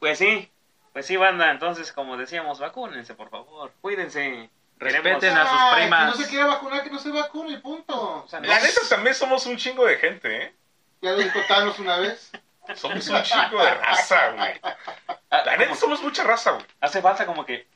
Pues sí, pues sí, banda. Entonces, como decíamos, vacúnense, por favor. Cuídense. Respeten Queremos- a sus Ah, primas. Que no se quiere vacunar, que no se vacune, punto. O sea, La neta, también somos un chingo de gente, ¿eh? Ya lo dijo Thanos una vez. Somos un chingo de raza, güey. ah, La neta, como- somos mucha raza, güey. hace falta como que.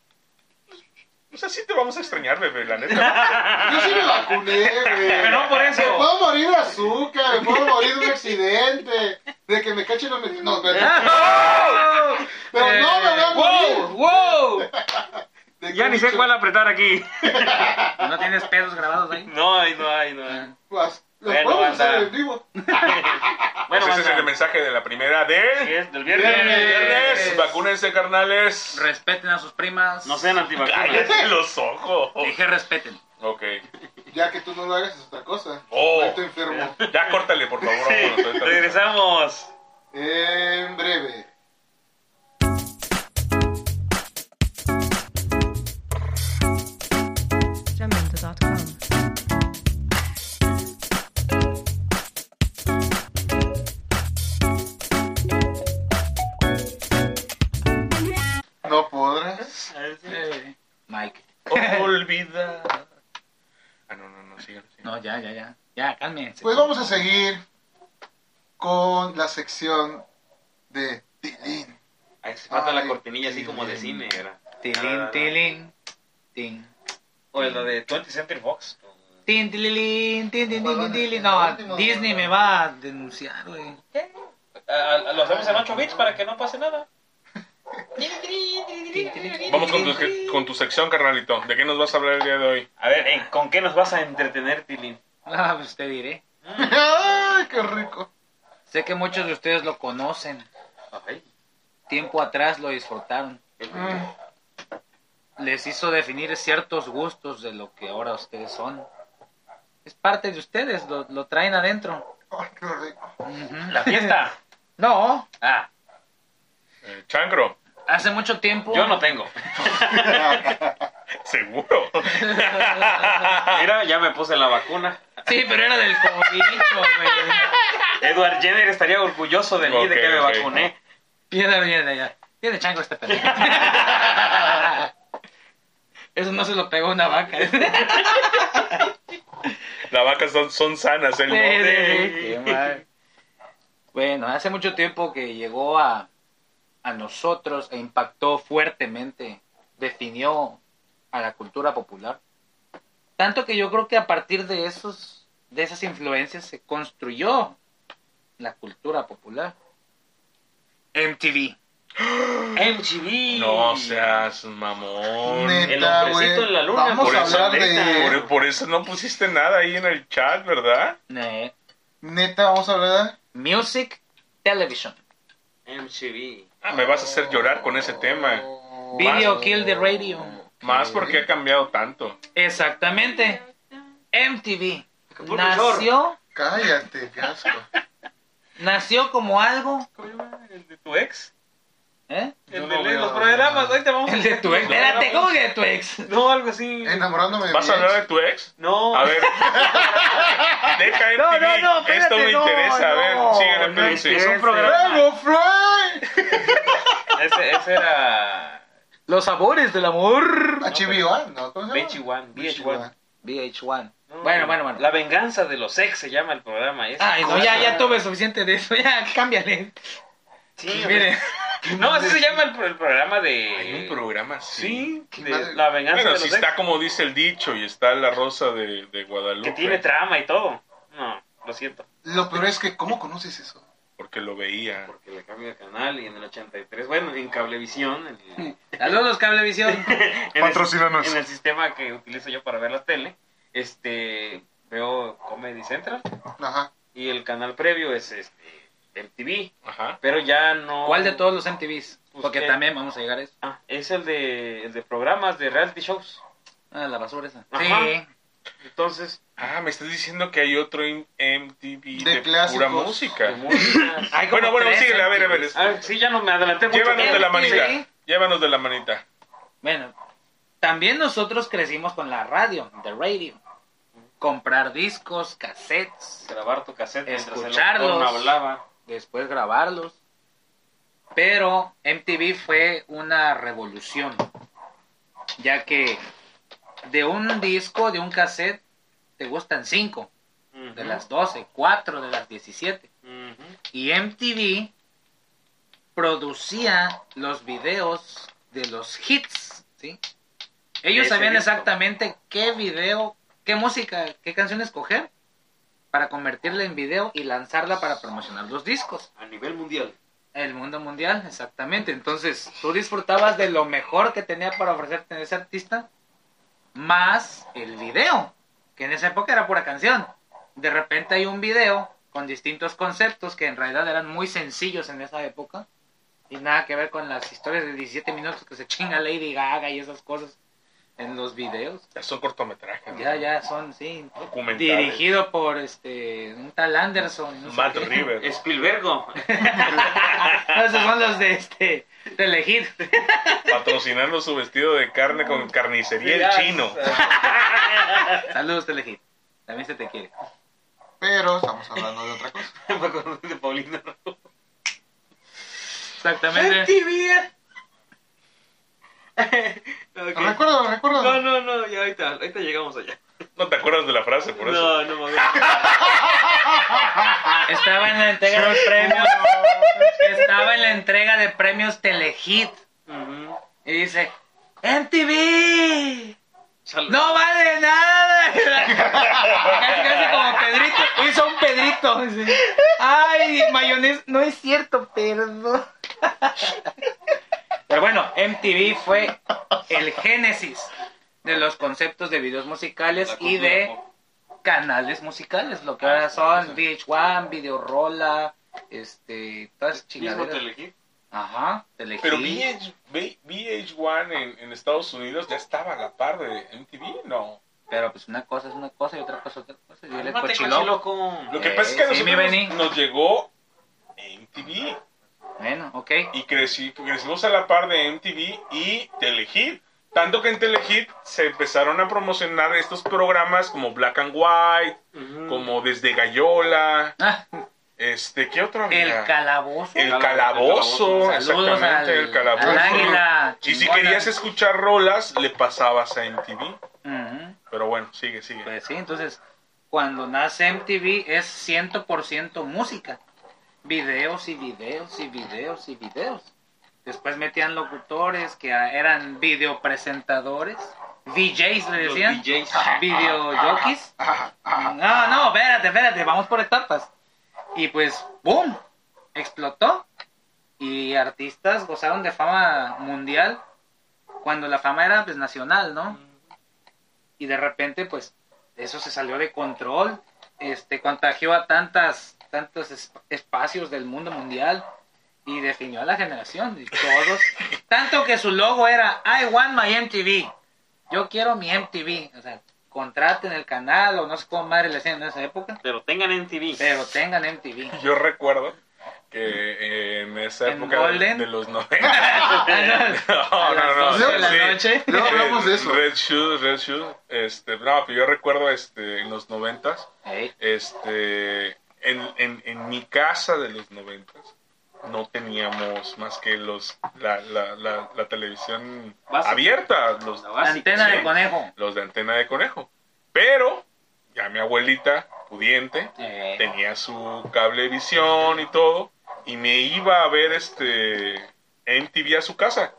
O sea, sí te vamos a extrañar, bebé, la neta. Yo sí me vacuné, güey. Pero no por Me eso. puedo morir de azúcar, me puedo morir de un accidente, de que me cachen los medicinos. No, pero, Eh, pero no me voy a morir. Eh, ¡Wow! ¡Wow! De Ya que ni sé mucho- cuál apretar aquí. ¿No tienes pedos grabados ahí? No hay, no hay, no hay. Las, las Bueno, puedo banda. usar en vivo. Bueno, Pues ese es banda, el mensaje de la primera de... es del viernes. Viernes, vacúnense, carnales. Respeten a sus primas. No sean antivacunas. Cállate los ojos. Dije respeten. Ok. Ya que tú no lo hagas es otra cosa. Oh. Ahí te enfermo. Ya córtale, por favor. vámonos, Sí, ahorita. regresamos. En breve. Jamendo.com. No podrás. Mike. Olvida. Ah, no, no, no, sigan. sigan. No, ya, ya, ya. Ya, cálmense. Pues vamos a seguir con la sección de Tilín. Hace falta la Ay, cortinilla así qué como de bien. cine, era. Tilín, tilín. Tin. O la de 20th Century Fox. Tin, tililín, tin, tin, tin, tin, tilín. No, Disney me va a denunciar, güey. Ah, lo hacemos en 8 bits para que no pase nada. Vamos con tu, con tu sección, carnalito. ¿De qué nos vas a hablar el día de hoy? A ver, ¿en- ¿con qué nos vas a entretener, Tilín? Ah, pues te diré. Mm. ¡Ay, qué rico! Sé que muchos de ustedes lo conocen. Ay, Tiempo atrás lo disfrutaron. Mm. Les hizo definir ciertos gustos de lo que ahora ustedes son. Es parte de ustedes, lo, lo traen adentro. Ay, qué rico. Ujú. La fiesta. No, Ah, Eh, chancro, hace mucho tiempo. yo no tengo. seguro. Mira, ya me puse la vacuna. Sí, pero era del cobicho, güey. Edward Jenner estaría orgulloso de mí de Ok, que me ok. vacuné. Viene, viene ya. Viene chango este pendejo. Eso no se lo pegó una vaca. ¿eh? Las vacas son, son sanas, el Sí, bote. sí, sí. Qué mal. Bueno, hace mucho tiempo que llegó a, a nosotros e impactó fuertemente, definió a la cultura popular. Tanto que yo creo que a partir de, esos, de esas influencias se construyó la cultura popular. MTV. MTV. No seas mamón. Neta, El hombrecito güey. en la luna, Vamos por a eso, hablar de. Por, por eso no pusiste nada ahí en el chat, ¿verdad? Eh, Neta, vamos a hablar music Television. MTV. Ah, me vas a hacer llorar con ese tema. de. Video Kill the Radio. Más porque ha cambiado tanto. Exactamente. MTV. Acapulco Nació, Cállate, qué asco. nació como algo ¿Cómo se llama? ¿El de tu ex? ¿Eh? Yo El no de veo- los programas, ahorita vamos a- El de tu ex. Espérate, ¿cómo que de tu ex? No, algo así. Enamorándome de. ¿Vas a mi ex. hablar de tu ex? No. A ver. Deja el No, no, no, espérate, Esto me no, interesa. A ver, no, síguele, no Pepsi. empieces. un programa. ¡Hello, Fry! Ese, ese era Los sabores del amor. HBO, ¿no? ¿Cómo se llama? VH1. VH1. VH1. No, Bueno, bueno, bueno. Ah, La venganza de los ex se llama el programa. ¿eh? ese. Ay, no, ya, ya tuve suficiente de eso. Ya, cámbiale. Sí, Mire, No, así se llama el, pro- el programa de. Hay un programa así. Sí, Qué de madre. la venganza Bueno, de los si ex. está como dice el dicho y está la rosa de, de Guadalupe. Que tiene trama y todo. No, lo siento. Lo peor es que, ¿cómo conoces eso? Porque lo veía. Porque le cambio de canal y en el 83, bueno, en Cablevisión, en, saludos, Cablevisión. en Patrocínanos. el, en el sistema que utilizo yo para ver la tele, este, veo Comedy Central Ajá. y el canal previo es este, MTV, Ajá. pero ya no... ¿Cuál de todos los MTVs? Pues, Porque ¿qué? también vamos a llegar a eso. Ah, es el de, el de programas de reality shows. Ah, la basura esa. Ajá. Sí. Entonces, Ah, me estás diciendo que hay otro en- MTV De de, pura clásicos. música. de música. Hay como Bueno, bueno, tres síguele, a ver, a ver. MTVs. Ah, sí, ya no me adelanté mucho. Llévanos de la MTV. manita. Llévanos de la manita. Bueno, también nosotros crecimos con la radio, the radio. Comprar discos, cassettes. Grabar tu cassette mientras el Escucharlos. autor no hablaba. después grabarlos. Pero MTV fue una revolución, ya que de un disco, de un cassette, te gustan 5, de Ujú. las 12, 4 de las 17. Ujú. Y MTV producía los videos de los hits, ¿sí? Ellos Ese sabían disco. exactamente qué video, qué música, qué canción escoger para convertirla en video y lanzarla para promocionar los discos. A nivel mundial. El mundo mundial, exactamente. Entonces, tú disfrutabas de lo mejor que tenía para ofrecerte ese artista, más el video, que en esa época era pura canción. De repente hay un video con distintos conceptos que en realidad eran muy sencillos en esa época y nada que ver con las historias de 17 minutos que se chinga Lady Gaga y esas cosas en los videos. Ya son cortometrajes. ¿no? Ya, ya son, sí. Documentales. Dirigido por este, un tal Anderson. no sé Matt qué. River. Spielbergo. No, Esos son los de este, de elegir. Patrocinando su vestido de carne con carnicería el Ya, chino. Saludos, Telehit. También se te quiere. Pero estamos hablando de otra cosa. Me acordé de Paulina Rubio. Exactamente. Ok. Recuerdo, recuerdo. No, no, no, ya ahorita, ahorita llegamos allá. No te acuerdas de la frase, por eso. No, no me voy Estaba en la entrega de premios. Estaba en la entrega de premios Telehit. Y dice: ¡MTV! ¡No vale nada! casi, casi como Pedrito. Hizo un Pedrito. Dice, ¡Ay, mayonesa! No es cierto, perdón. Pero bueno, MTV fue el génesis de los conceptos de videos musicales y de canales musicales, lo que Ah, ahora son VH1, Videorola, este, todas esas Mismo te chingaderas. elegí. Ajá, Telehit. Pero VH, V- VH1 en, en Estados Unidos ya estaba a la par de MTV, no. Pero pues una cosa es una cosa y otra cosa es otra cosa. Yo le Cálmate, cochiló. cochiloco. Lo que Eh, pasa es que a sí, mi Benny. nosotros nos llegó MTV Bueno, ok. y creci- crecimos a la par de MTV y Telehit. Tanto que en Telehit se empezaron a promocionar estos programas como Black and White, Ujú. como Desde Gallola, Ah, Este, ¿qué otro había? El calabozo. El calabozo. calabozo, Saludos exactamente, al- el calabozo. al águila y si chingona. querías escuchar rolas, le pasabas a MTV. Ujú. Pero bueno, sigue, sigue. Pues sí, entonces, cuando nace MTV es 100% música. Videos y videos y videos y videos. Después metían locutores que a- eran videopresentadores. VJs le Los decían. DJs. Videojockeys. Ajá, ajá. No, no, espérate, espérate, vamos por etapas. Y pues, ¡boom! Explotó. Y artistas gozaron de fama mundial cuando la fama era pues nacional, ¿no? Y de repente, pues, eso se salió de control, este, contagió a tantas, tantos es- espacios del mundo mundial y definió a la generación y todos. tanto que su logo era I want my MTV. Yo quiero mi MTV. O sea, contraten el canal o no sé cómo madre le hacían en esa época, Pero tengan en TV. pero tengan MTV. Yo recuerdo que eh, en esa ¿En época de- Golden? de los 90. A No, las no, no. 12 de la sí. noche. Luego hablamos de eso. Red Shoes, Red Shoes. Este, no, pero yo recuerdo este, en los noventas, Ey, este, en, en, en mi casa de los noventas, no teníamos más que los la, la, la, la televisión Básica. abierta, los, La la básica, antena sí. de conejo. los de antena de conejo. Pero ya mi abuelita, pudiente, Ey. tenía su cablevisión y todo, y me iba a ver este MTV a su casa.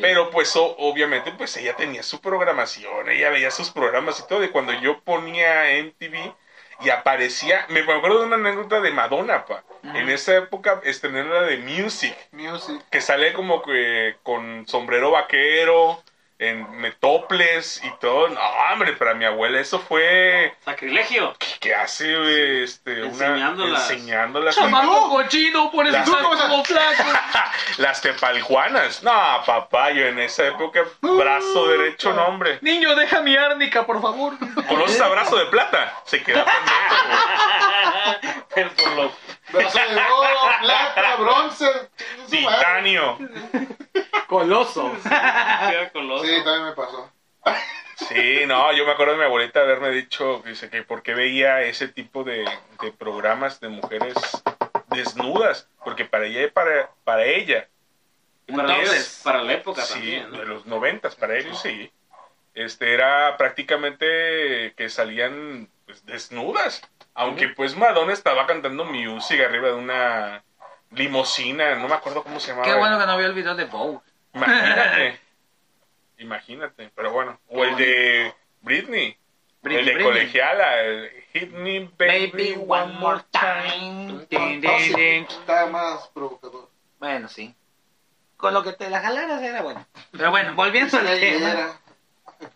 Pero pues o- obviamente pues ella tenía su programación, ella veía sus programas y todo, y cuando yo ponía MTV y aparecía, me acuerdo de una anécdota de Madonna, pa. En esa época estrenaron la de Music, Music. que sale como que con sombrero vaquero, en metoples y todo. No, hombre, para mi abuela eso fue Sacrilegio. ¿Qué, qué hace, güey? Este, Enseñándolas. Una, enseñándolas. Chamaco cochino, por eso Las- estás ¿Cómo se- como flaco. Las tepaljuanas. No, papá, yo en esa época, brazo derecho, no, hombre. Niño, deja mi árnica, por favor. ¿Conoces a brazo de plata? Se queda pendejo, güey. Pero por lo- Brazo de oro, plata, bronce. Sí, Titanio. Coloso. queda coloso. sí, también me pasó. Sí, no, yo me acuerdo de mi abuelita haberme dicho, dice, que por qué veía ese tipo de, de programas de mujeres desnudas. Porque para ella, para, para ella, Y para, Entonces- los- para la época sí, también. ¿no? de los noventas para ellos sí este era prácticamente que salían pues, desnudas aunque pues Madonna estaba cantando music arriba de una limosina no me acuerdo cómo se llamaba Qué bueno que no vio el video de Bow. imagínate imagínate pero bueno o el de Britney, el de colegiala el hit me baby, Baby, one more time. Din, No, din, sí, din. Está más provocador. Bueno, sí. Con lo que te la jalaras era bueno. Pero bueno, volviendo al tema. Era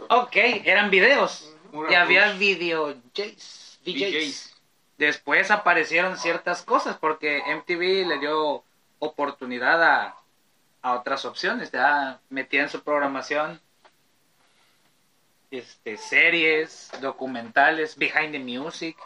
Ok, eran videos. una Y había cruz. video DJs. DJs. Después aparecieron ciertas cosas porque MTV le dio oportunidad a, a otras opciones. Ya metía en su programación este, series, documentales, Behind the Music,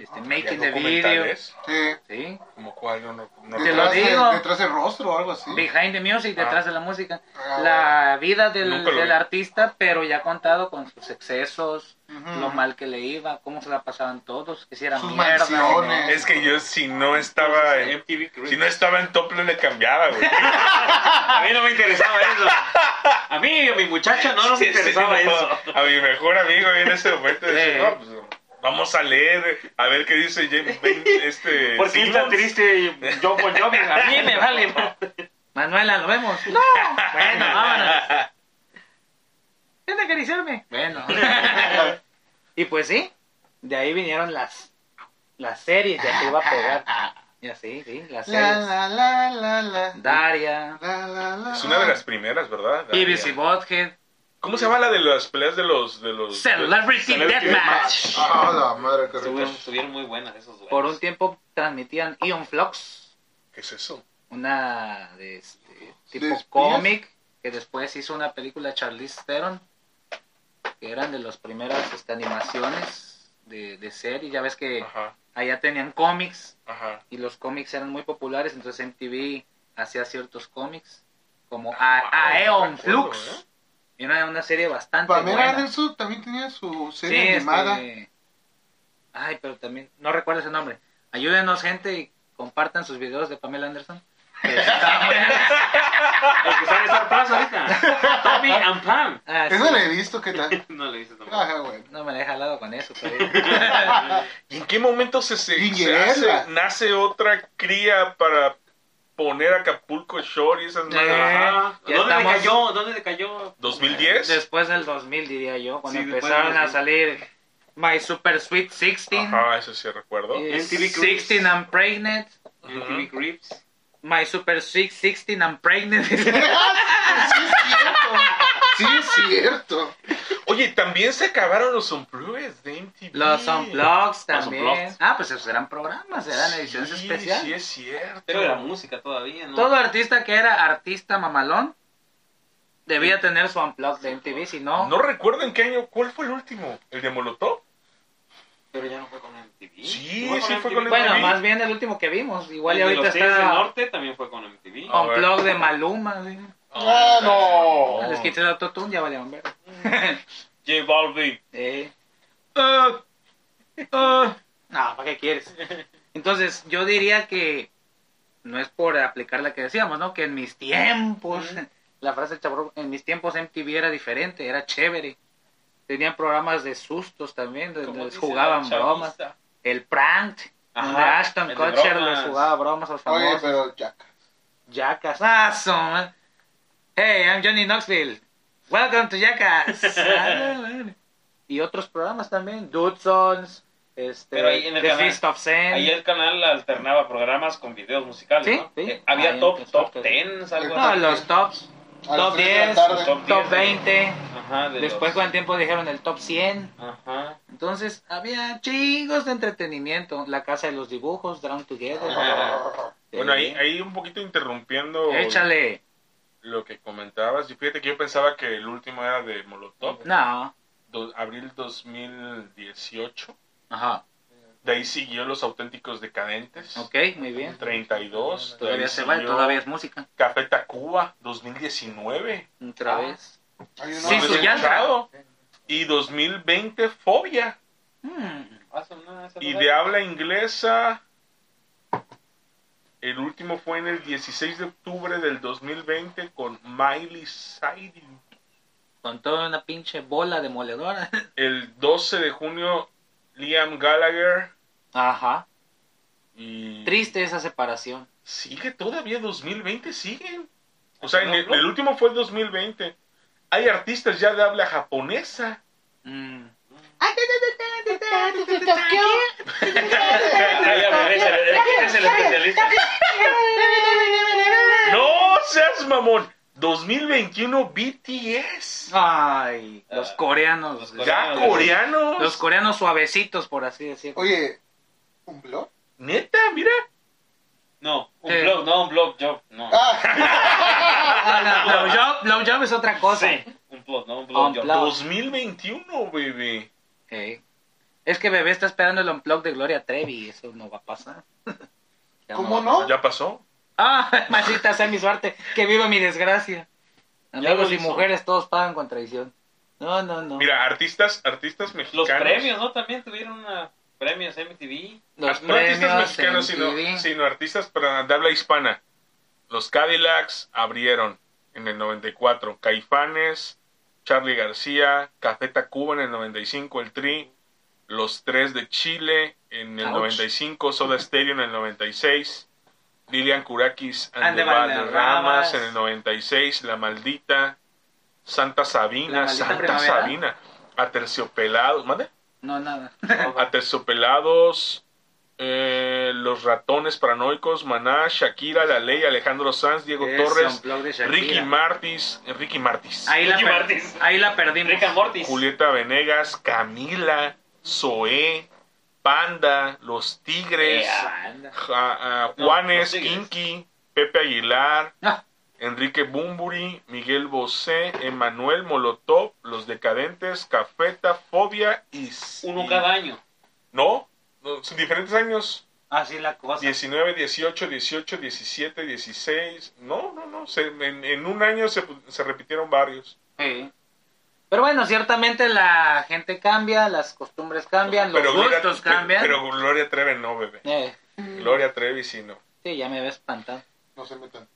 este, Making the Había Video. documentales, Sí. ¿sí? como cuál no, no, no Te lo Detrás de- digo. Detrás del rostro o algo así. Behind the Music, detrás de la música. Ah, la vida del, Nunca lo del vi. artista, pero ya contado con sus excesos, Ujú. lo mal que le iba, cómo se la pasaban todos, que si era Mm. Sus mierda. mansiones. es que yo si no estaba en- MTV Cribs. si no estaba en top le cambiaba güey A mí no me interesaba eso. A mí, a mi muchacha, no nos Sí, interesaba sí, no. eso. A mi mejor amigo en ese momento dice, Sí. no, pues, vamos a leer, a ver qué dice James Ben- este Porque está Simmons". triste John Bon Jovi. A mí me vale. ma- Manuela, ¿lo vemos? No. Bueno, vámonos. Ven a acariciarme. Bueno. y pues sí, de ahí vinieron las, las series, ya te iba a pegar. Y así, sí, las La, series. la, la, la, la. Daria, La, la, la, Es una de las primeras, ¿verdad? Ibis y Bothead, ¿Cómo se llama la de las peleas de los de los Celebrity Celebrity Deathmatch. Ah, la madre que rico. Estuvieron, estuvieron muy buenas esos güeyes. Por un tiempo transmitían Ion Flux, ¿Qué es eso? una de este, tipo ¿De espías? cómic que después hizo una película Charlize Theron que eran de las primeras este, animaciones de, de serie ya ves que Ajá, allá tenían cómics ajá. y los cómics eran muy populares entonces MTV hacía ciertos cómics como Wow, a, Aeon Ah, me acuerdo, Flux ¿eh? y era una serie bastante Pamela buena Anderson también tenía su Sí, serie este, animada. Ay, pero también, no recuerdo ese nombre. Ayúdenos, gente, compartan sus videos de Pamela Anderson. Los que sale son Paz ahorita. Tommy and Pam. Ah, Eso sí, le he visto, ¿qué tal? No le dices tampoco. Ajá, bueno. No me la he jalado con eso todavía. ¿Y en qué momento se, se- Y se Yerla. hace- nace otra cría para poner Acapulco Shore y esas madres? Ajá. Ya ¿Dónde le estamos- cayó? ¿Dónde le cayó? ¿2010? Después del 2000, diría yo, cuando Sí, después empezaron del a 2000. salir My Super Sweet 16, Ajá, eso sí recuerdo. eh, MTV Cribs. 16 and Pregnant, MTV Grips. My Super Sweet 16 and Pregnant. Sí, es cierto. Oye, también se acabaron los Unplugged de MTV. Los Unplugs Los también. Unplugged. Ah, pues esos eran programas, eran ediciones Sí, especiales. Sí, es cierto. Pero era música todavía, ¿no? Todo artista que era artista mamalón debía tener su Unplugged de MTV, si no... No recuerdo en qué año. ¿Cuál fue el último? ¿El de Molotov? Pero ya no fue con MTV. Sí, sí fue con Bueno, Bueno, MTV. más bien el último que vimos. Igual y el de ahorita los Tigres del está norte también fue con MTV. Ah, Unplugged de Maluma. ¿sí? Ah, no. Oh. Les quité el autotune, ya valían ver. J Balvin. Eh. Ah, ah. No, ¿para qué quieres? Entonces, yo diría que no es por aplicar la que decíamos, ¿no? Que en mis tiempos, la frase chabrón, en mis tiempos MTV era diferente, era chévere. Tenían programas de sustos también, Como donde les dice Pues, jugaban la bromas. chavista. El prank, donde Ajá, Ashton el de Kutcher les bromas. jugaba bromas a los Oye, famosos. pero Jack. Jackass. Awesome. Hey, I'm Johnny Knoxville. Welcome to Jackass. Ah, bueno. y otros programas también. Dudesons. Este, Pero ahí en el The canal- Feast of Zen. Ahí el canal alternaba programas con videos musicales, Sí, ¿no? sí. Eh, había Ahí top, empezó top todo. 10, algo No, así. los tops. A las Top tres de 10, la tarde. Top 10, Top ¿no? 20. Ajá, de Después los- con el tiempo dijeron el top 100. Ajá. Entonces había chingos de entretenimiento. La Casa de los Dibujos, Drown Together. Ajá. Bueno, ahí, Eh, ahí un poquito interrumpiendo Échale. lo que comentabas. Y fíjate que yo pensaba que el último era de Molotov, No. do- abril 2018. Ajá. De ahí siguió Los Auténticos Decadentes, Ok, muy bien. 32. de Todavía ahí se va, siguió todavía es música. Café Tacuba, 2019. Otra Ah. vez. Hay uno Sí, No lo he su de- ya- Yantra. escuchado. Y 2020, Fobia. Hmm. Hace una- hace Y una- de habla inglesa, el último fue en el 16 de octubre del 2020 con Miley Cyrus. con toda una pinche bola demoledora. El 12 de junio, Liam Gallagher. Ajá. Y Triste esa separación. Sigue todavía 2020, siguen. O sea, en No, el, no. el último fue el 2020. Hay artistas ya de habla japonesa. Mm. Ay, a ver, ese era- ¿quién es el especialista? No seas mamón. 2021 BTS. Ay, los Ah, coreanos. los Ya coreanos. coreanos. Los coreanos suavecitos, por así decirlo. Oye, ¿un blog? Neta, mira. No, un Sí. blog, no, un blog, yo, no. Ah, Ah, no, blowjob, blowjob es otra cosa. Sí, un blog, no, un blog, Un yo. blog. 2021, bebé. Ey. Es que bebé está esperando el unplug de Gloria Trevi. Eso no va a pasar. Ya ¿Cómo va a no? pasar. Ya pasó. Ah, maldita sea mi suerte. Que viva mi desgracia. lo Amigos y hizo. mujeres, todos pagan con traición. No, no, no. Mira, artistas, artistas Los mexicanos. premios, ¿no? También tuvieron una premios MTV. Los Ah, no artistas premios mexicanos, MTV. sino, sino artistas para de habla hispana. Los Cadillacs abrieron en el 94. Caifanes, Charlie García, Café Tacuba en el 95, el Tri. Los Tres de Chile en el Ouch. 95, Soda Stereo en el 96. Lilian Curakis and, And the the Valderramas. Valderramas en el 96. La Maldita. Santa Sabina. La Maldita Santa Primavera. Sabina. Aterciopelados. ¿Mande? No, nada. Aterciopelados, eh, Los Ratones Paranoicos, Maná, Shakira, La Ley, Alejandro Sanz, Diego Es Torres, unplug de Shakira. Ricky Martis, Ricky Martis, Ahí la, Ricky per- Martis. ahí la perdimos. Rick and Mortis. Julieta Venegas, Camila, Zoé, Panda, Los Tigres, Ah, Ea. Ja- ah, No, Juanes, Los Tigres. Kinky, Pepe Aguilar, Ah, Enrique Bumburi, Miguel Bosé, Emanuel Molotov, Los Decadentes, Cafeta, Fobia y... Uno y- cada año. No, no, son diferentes años. así la cosa. 19, 18, 18, 17, 16. No, no, no. se- en, en un año se, se repitieron varios. Sí. Pero bueno, ciertamente la gente cambia, las costumbres cambian, los Gloria- gustos pero- cambian. Pero Gloria Trevi no, bebé. Eh, Gloria Trevisino. Sí, ya me ves espantado. No se metan.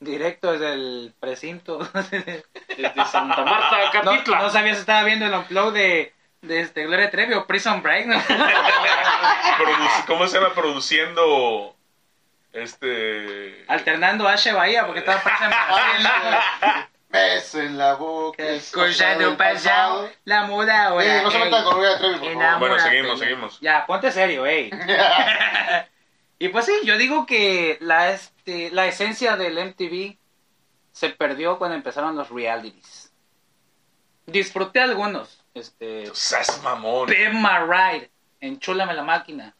Directo desde el precinto. no, Desde Santa Marta, Capitla. Ah, no sabía si estaba viendo el unplug de, de este Gloria Trevi o Prison Break. ¿no? Produ- ¿Cómo se llama? Produciendo. Este. Alternando Ashe Bahía porque estaba Prison Break. Beso en la boca. es pasado, Escuchando el pasado. pasado, la moda ahora. Eh, no se metan con Gloria Trevi, por favor. Bueno, seguimos, Enamórate. seguimos. Ya, ponte serio, ey. y pues sí, yo digo que la, este, la esencia del MTV se perdió cuando empezaron los realities. Disfruté algunos. Este, Sas mamón. Pimp My Ride, Enchúlame la máquina.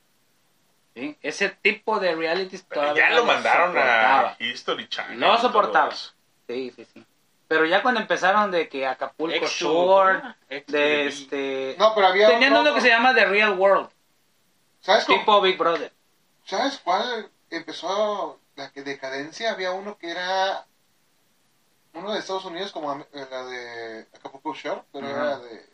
¿Sí? Ese tipo de realities Pero todavía ya lo mandaron soportaba. a History Channel. No y todo soportaba. eso. Sí, sí, sí. Pero ya cuando empezaron de que Acapulco Ex- Shore, Ex- de este... No, pero había. Tenían otro- uno que se llama The Real World, ¿Sabes, cómo- tipo Big Brother. ¿Sabes cuál empezó la que decadencia? Había uno que era. Uno de Estados Unidos, como am- eh, la de Acapulco Shore, pero Ajá. era de.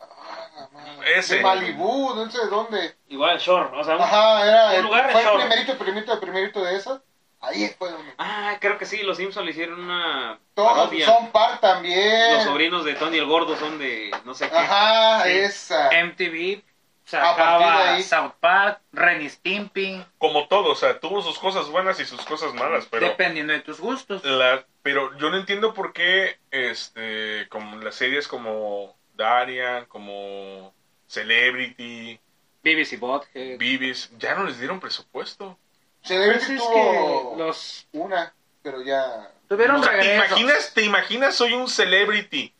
Ah, la madre. Ese. De Malibú, no sé de dónde. Igual Shore, o sea, un- Ajá, Un era el, lugar fue el short. primerito, primerito, primerito de esa. Ahí fue donde. Ah, creo que sí, los Simpsons le hicieron una Todos parodia. son par también. Los sobrinos de Tony el Gordo son de no sé qué. Ajá, Sí. esa. Em, MTV A partir de sacaba ahí. South Park, Ren Stimpy, Como todo, o sea, tuvo sus cosas buenas y sus cosas malas, pero. dependiendo de tus gustos. la- pero yo no entiendo por qué este, como las series como Daria, como Celebrity, BBC Bothead. Bibis, ya no les dieron presupuesto. Celebrity Pues es tuvo que los una, pero ya. tuvieron O sea, ¿te regresos. imaginas, te imaginas soy un Celebrity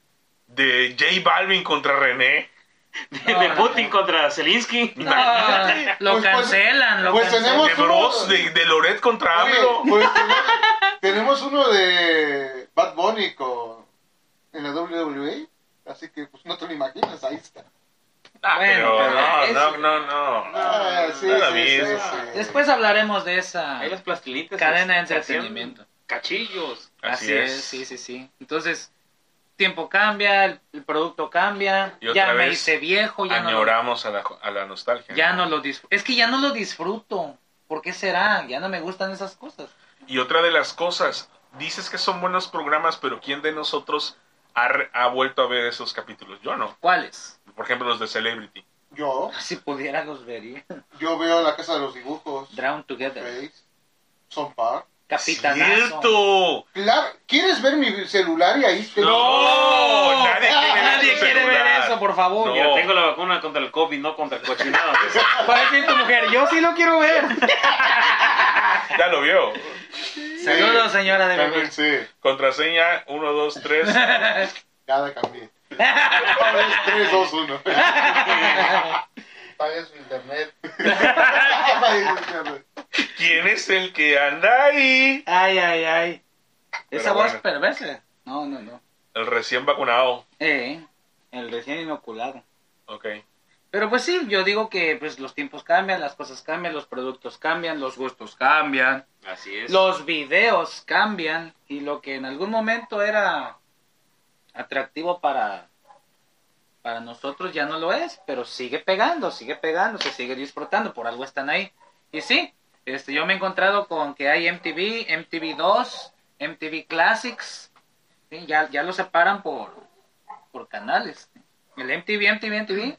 de J Balvin contra René? de Putin contra Zelinsky. No, lo Pues, pues, cancelan, lo pues cancelan. tenemos- De Bros, de, de Loret contra Oye, AMLO. pues tenemos, tenemos uno de Bad Bunny con, en la WWE, así que pues no te lo imaginas, ahí está. Ah, Bueno, pero pero no, es- no, no, no, Ah, sí, era sí, bien. sí, sí. Después hablaremos de esa Ahí las plastilitas. cadena de se- se hacían entretenimiento. Cachillos. Así, Así es. sí, sí, sí. Entonces, tiempo cambia, el, el producto cambia, Y otra ya me vez, hice viejo, ya no, lo- Añoramos a la, a la nostalgia. ya no lo disfruto. Es que ya no lo disfruto. ¿Por qué será? Ya no me gustan esas cosas. Y otra de las cosas, dices que son buenos programas, pero ¿quién de nosotros ha, re- ha vuelto a ver esos capítulos? Yo no. ¿Cuáles? Por ejemplo, los de Celebrity. Yo, Si pudiera los vería. yo veo la casa de los dibujos, Drown Together. Face, Son Par. Capitanazo. ¡Oh! ¡Cierto! Claro, ¿quieres ver mi celular y ahí te ¡No! ¡Oh! Nadie quiere ver, Ah, Nadie su quiere ver celular. eso, por favor. No. Mira, tengo la vacuna contra el COVID, no contra el cochinado. Para decir tu mujer, yo sí lo quiero ver. Ya lo vio. Saludos, señora de También bebé. sí, Contraseña 1, 2, 3. ya la cambié. 3, 2, 1. Paga su internet. Paga su internet. ¿Quién es el que anda ahí? Ay, ay, ay. Pero Esa voz bueno. perversa. No, no, no. El recién vacunado. Eh, el recién inoculado. Ok. Pero pues sí, yo digo que pues los tiempos cambian, las cosas cambian, los productos cambian, los gustos cambian, Así es. los videos cambian y lo que en algún momento era atractivo para para nosotros ya no lo es, pero sigue pegando, sigue pegando, se sigue disfrutando, por algo están ahí. Y sí, este yo me he encontrado con que hay MTV, MTV 2, MTV Classics, ¿sí? ya, ya lo separan por, por canales. El MTV, MTV, MTV,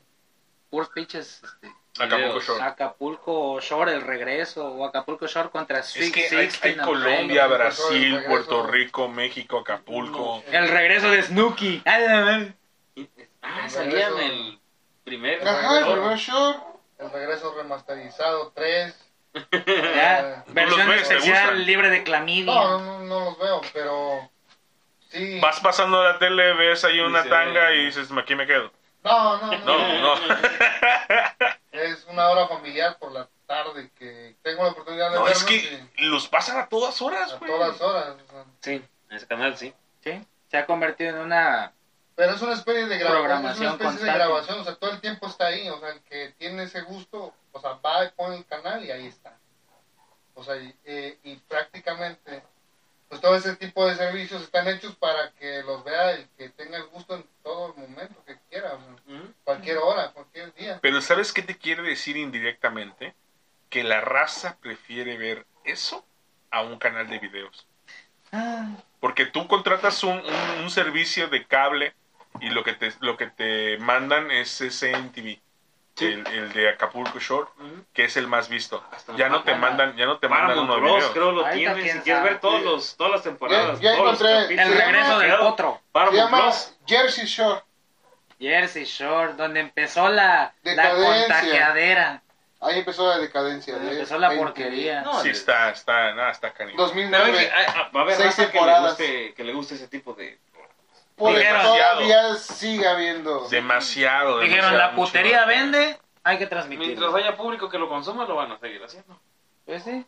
puros pinches este, Acapulco Videos. Shore. Acapulco Shore el regreso o Acapulco Shore contra Es Sweet que hay, hay Sixteen, Colombia, Alfredo. Brasil, Regreso. Puerto Rico, México, Acapulco. el regreso de Snooki. Ay, ay, ay. Ah, salían el primer. Ajá, el primer short. El regreso remasterizado 3. Ya, Ah, los versión ves, te especial gustan. libre de clamidia. No, no, no los veo, pero sí. Vas pasando a la tele, ves ahí una Dice- tanga y dices, aquí me quedo. No, no, No, no, no. Es una hora familiar por la tarde que tengo la oportunidad de No, verlos es que y- los pasan a todas horas, a güey. todas horas. o sea. Sí, en ese canal sí. ¿sí? Se ha convertido en una Pero es una especie de grabación, es Programación una especie constante. de grabación, o sea, todo el tiempo está ahí, o sea, el que tiene ese gusto, o sea, va y pone el canal y ahí está. O sea, y, eh, y prácticamente, pues todo ese tipo de servicios están hechos para que los vea el que tenga el gusto en todo el momento que quiera, o sea, Ujú. cualquier hora, cualquier día. Pero ¿sabes qué te quiere decir indirectamente? que la raza prefiere ver eso a un canal de videos. Porque tú contratas un, un- un servicio de cable y lo que te, lo que te mandan es ese MTV. Sí. El, el de Acapulco Shore, Ujú. que es el más visto. Hasta Ya no te Paramount. mandan, ya no te mandan Paramount uno de Plus, videos. creo lo Ahorita tiene. quién Si quieres sabe. ver todos los, todas las temporadas, Ya- ya todos los encontré. capítulos, El regreso del creo, potro. Se Paramount llama Plus. Jersey Shore. Jersey Shore, donde empezó la, la Decadencia. contagiadera. Ahí empezó la decadencia. Donde de empezó la MTV. porquería. No, Sí, está, está, nada, está canijo. 2009. Pero es que, ah, ah, va a haber Seis raza que le, temporadas. guste, que le guste ese tipo de... Porque Dijeron. todavía sigue habiendo. Demasiado. Dijeron, demasiado, la mucho putería más". vende, hay que transmitirlo. Mientras haya público que lo consuma, lo van a seguir haciendo. Pues sí.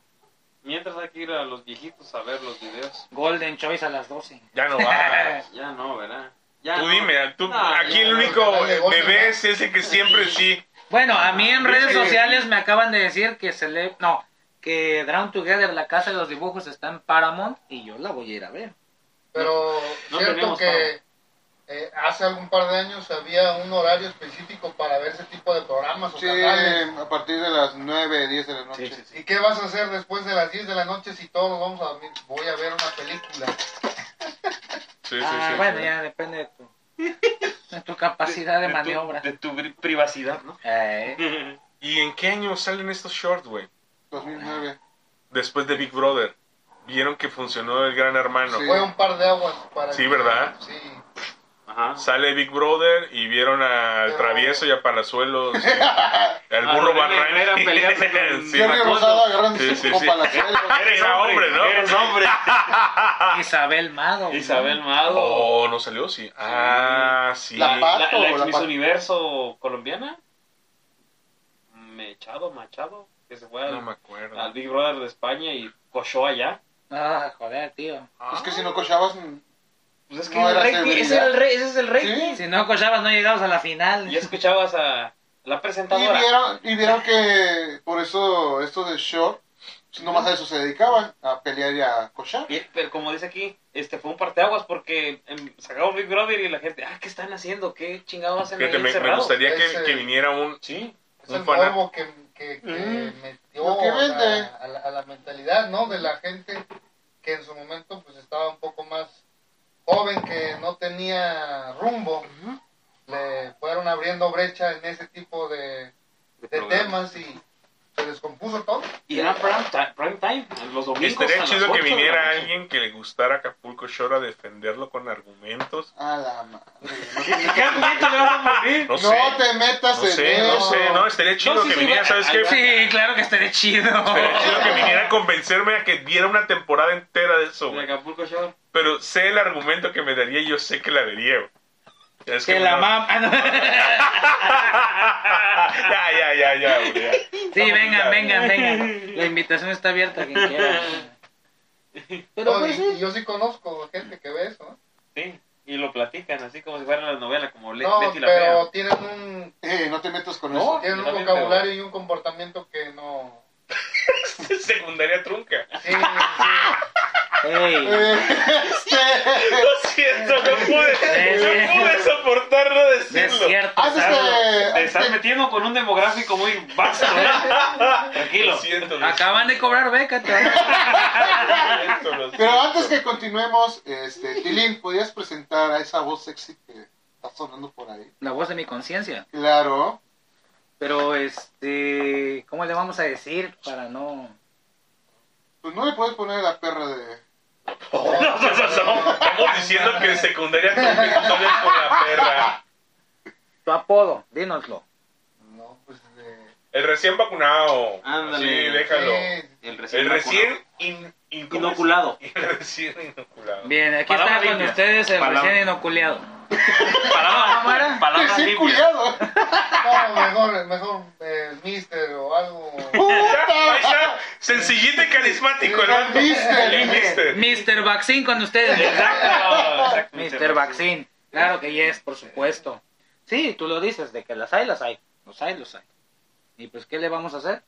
Mientras hay que ir a los viejitos a ver los videos. Golden Choice a las 12. Ya no va. Ya no, ¿verdad? Ya Tú no. dime, tú, No, aquí Ah, ya el no. único no, no, no. bebé es ese que siempre sí. Bueno, a mí en redes Sí. sociales me acaban de decir que se le... No, que Drown Together, la casa de los dibujos, está en Paramount y yo la voy a ir a ver. Pero No cierto tenemos que eh, hace algún par de años había un horario específico para ver ese tipo de programas o Sí, canales. a partir de las 9, 10 de la noche. Sí, sí, sí. ¿Y qué vas a hacer después de las 10 de la noche si todos nos vamos a dormir? Voy a ver una película. Sí, sí, ah, sí. bueno, ya depende de tu, de tu capacidad de, tu- maniobra. de tu pri- privacidad, ¿no? Eh, ¿Y en qué año salen estos shorts, güey? 2009. Después de Big Brother. Vieron que funcionó el gran hermano. Sí. Fue un par de aguas para... Sí, ¿verdad? Sí. Ajá. Sale Big Brother y vieron al Pero- travieso y a Palazuelos. y al burro René Herrera Barrera. peleándose con- Sí. Jordi Macondo. Rosado agarrando Sí, su sí, con sí. palazuelo. Eres hombre, ¿no? Eres hombre. Isabel Mado. Isabel Mado. Oh, no salió, sí. Ah, sí. La pa- la, Pato, la ex la Miss Pato. Universo colombiana. Mechado, Machado. Que se fue al, No me acuerdo. al Big Brother de España y cochó allá. Ah, joder, tío. Es Ah. que si no cochabas, mm, Pues es que No el era rating- seguridad. ese, era el rey, ese es el rating. Sí. Si no cochabas, no llegabas a la final. Ya escuchabas a la Y presentadora. vieron, y vieron que por eso estos de short, nomás a eso se dedicaban, a pelear y a cochar. Y- pero como dice aquí, este fue un parteaguas porque em, sacaba un Big Brother y la gente, ah, ¿qué están haciendo? ¿Qué chingados hacen ahí Fíjate, me, me encerrados?" gustaría que, Ese- que viniera un. Sí. Es Un el pana- morbo que, que, que metió Lo que a la- vende. A, la, a la mentalidad, ¿no? De la gente que en su momento pues estaba un poco más joven, que no tenía rumbo. Le fueron abriendo brecha en ese tipo de, de temas y se descompuso todo. Y era prime ti- prime time, los domingos. a Estaría las chido que 8 de la viniera noche. alguien que le gustara Acapulco Shore a defenderlo con argumentos. A la madre. ¿Qué argumento le vas a poner? No, No, sé. te metas No en sé, eso. no sé, no, estaría chido No, sí, que sí, viniera, va- ¿sabes qué? ahí va. Sí, claro que estaré chido. Estaría chido que viniera a convencerme a que viera una temporada entera de eso, De güey. Acapulco Shore. Pero sé el argumento que me daría y yo sé que la vería, güey. Es Que la no- mam... Ah, no. ya, ya, ya, ya, güey. ya. Sí, Estamos ya. vengan, vengan, vengan. La invitación está abierta a quien quiera. Pero No, pues y- y sí. yo sí conozco gente que ve eso. ¿no? Sí, y lo platican así como si fuera la novela, como Le- No, Betty la Fea. pero tienen un, Eh, no te metas con No. eso. tienen yo un también vocabulario y un comportamiento que no... Secundaria trunca. Sí, sí. Ey, Eh, este, Lo siento, no pude, no pude soportarlo no es decirlo. cierto. haz este- Te estás hazte- metiendo con un demográfico muy vasto, ¿eh? Tranquilo. Lo siento, lo Acaban de cobrar beca, te van a- siento, lo Pero siento. antes que continuemos, este, Tilín, ¿podrías presentar a esa voz sexy que está sonando por ahí? La voz de mi conciencia. Claro. Pero, este... ¿Cómo le vamos a decir para no...? Pues no le puedes poner la perra de... No, no, no, no. Estamos diciendo que secundaria trunca y tú sales por la perra. Tu apodo, dínoslo. No, pues... eh, El recién vacunado. Ándale. Sí, déjalo. sí, El El vacunado. recién in- in- ¿cómo es? inoculado. El recién inoculado. Bien, aquí Palabra está con limpia. ustedes el Palabra. recién inoculeado. ¿Cómo Palabra, era? palabra ¡Ese limpia. culiado! No, mejor, mejor eh, el Mister o algo. Ya, ahí está. Sencillito y carismático, El hermano. mister. El mister. Mr. Vaccine con ustedes. Exacto, exacto, Mr. Vaccine. Claro que yes, por supuesto. Sí, tú lo dices, de que las hay, las hay. Los hay, los hay. Y pues, ¿qué le vamos a hacer?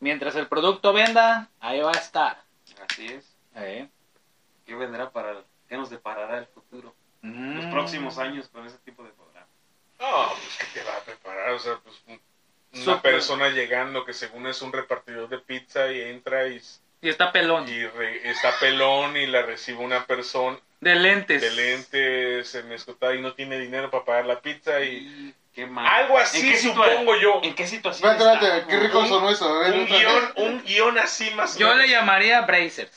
Mientras el producto venda, ahí va a estar. Así es. Eh. ¿Qué vendrá para el- qué nos deparará el futuro? Los Mm. próximos años con ese tipo de programas. No, pues que te va a preparar, o sea, pues una Súper. persona llegando que según es un repartidor de pizza y entra y, Y está pelón. y re- está pelón y la recibe una persona De lentes. de lentes en escotada y no tiene dinero para pagar la pizza y Qué mal. algo así Mm. ¿En qué situa- supongo yo. ¿En qué situación? Espérate, espérate, estamos, qué rico güey? sonó eso. A ver, Un otra guión, vez. un guión así más o Yo le menos. llamaría Brazers.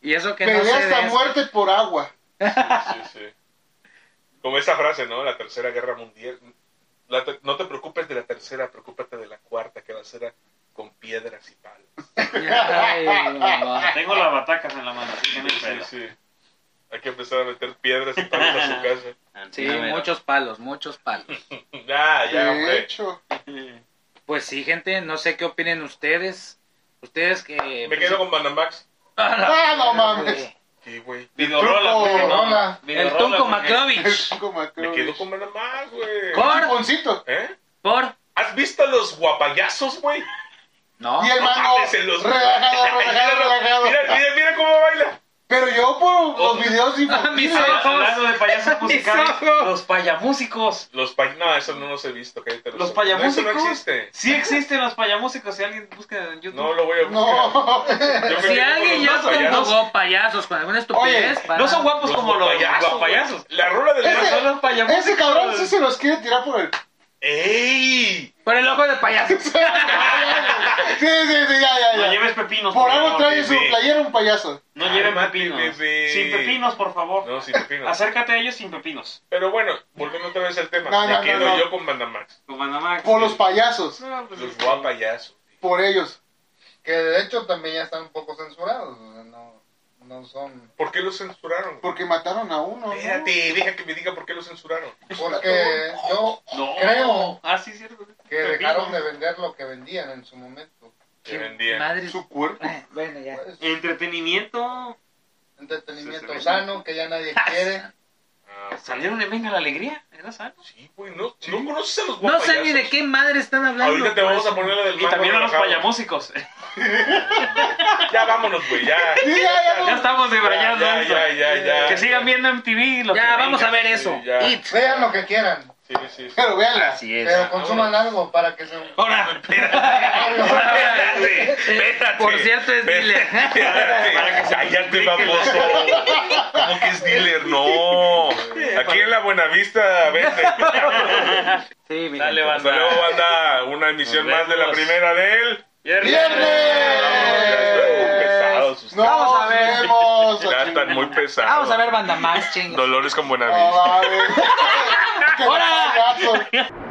y eso que no Peleé sé de hasta eso. muerte por agua. Sí, sí. Como esa frase, ¿no? La tercera guerra mundial. La te- no te preocupes de la tercera, preocúpate de la cuarta, que va a ser a- con piedras y palos. Ay, mamá. Ah, Tengo las batacas en la mano, así que no hay Sí, pedo. sí. Hay que empezar a meter piedras y palos a su casa. Sí, A ver. muchos palos, muchos palos. Ah, Ya, ya, De hombre. hecho, Pues sí, gente, no sé qué opinen ustedes. Ustedes que... pues, Me quedo con Banamax. ah, no mames. Sí, güey. Videorola, Truco, porque no. rola. El Videorola, Tunco porque- Maclovich. Chico Me Macro. quedo con Banamax, güey. ¿Cómo? Chuponcito. ¿Eh? ¿Por? ¿Has visto los guapayazos, güey? No. Y el mango. mames, en los- Relajado, relajado, relajado. Mira, mira, mira cómo baila. Pero yo por ¿eh? Oh. los videos mis infantiles. ojos. Hablando de payasos musicales, Mis ojos. los payamúsicos. Los pay... No, eso no los he visto, gente. Los sé. No, Eso payamúsicos. no existe. Sí existen los payamúsicos, si alguien busca en YouTube. No lo voy a buscar. No. Yo me Si quedo con alguien los ya dos payasos. convocó payasos con alguna estupidez... Oye, para- No son guapos Los como los guapayazos, los payasos. La rola del Ese- Pero más- son los payamúsicos. Ese cabrón sí se los quiere tirar por el. ¡Ey! Por el ojo de payaso. sí, sí, sí, ya, No ya, ya. lleves pepinos. Por algo favor. trae su bebé. playera un payaso. No lleven Cálmate, pepinos. bebé. Sin pepinos, por favor. No, sí, te opino. Acércate a ellos sin pepinos. Pero bueno, volviendo otra vez al tema. No, no, Me quedo no, no. yo con Bandamax. Con Manamax. Por los payasos. No, pues, Los guapayazos. Por ellos. Que de hecho también ya están un poco censurados. o sea, no, no son. ¿Por qué los censuraron? güey? Porque mataron a uno. ¿no? Espérate, deja que me diga por qué los censuraron. Porque yo No. Creo. Ah, sí, cierto. que dejaron de vender lo que vendían en su momento. Que vendían. Madre. Su cuerpo. Eh, Bueno, ya. Pues, Entretenimiento. entretenimiento Se- se- sano que ya nadie quiere. Ah, Salieron en Venga la Alegría. Era sano. sí, güey, no, no conoces a los No guapayazos. sé ni de qué madre están hablando. pues. Ahorita te por vamos eso. a poner la del Y también a los relajado. payamúsicos. Ya vámonos, güey, ya. Sí, ya, ya, ya no. estamos Ya, debrayando ya, esto. ya, ya, ya. Que sigan viendo MTV. Lo Ya, que vamos a venga. ver eso. ya. It. Vean lo que quieran, Sí, sí, sí. Pero véanla. Así es. pero consuman algo para que se. Ahora, Espérate, espérate. Por cierto, es dealer. Espérate, Cállate, baboso. ¿Cómo que es dealer? No. Aquí en la Buenavista vende. Sí, mi gente. Dale, banda. Hasta luego, banda. Una emisión Nos más de la vemos. primera de él. ¡Viernes! Pesados ustedes. Nos Vamos a ver. vemos. Ya están muy pesados. Vamos a ver, banda más, chinga. Dolores con No Buenavista. mames. ¡Qué payaso!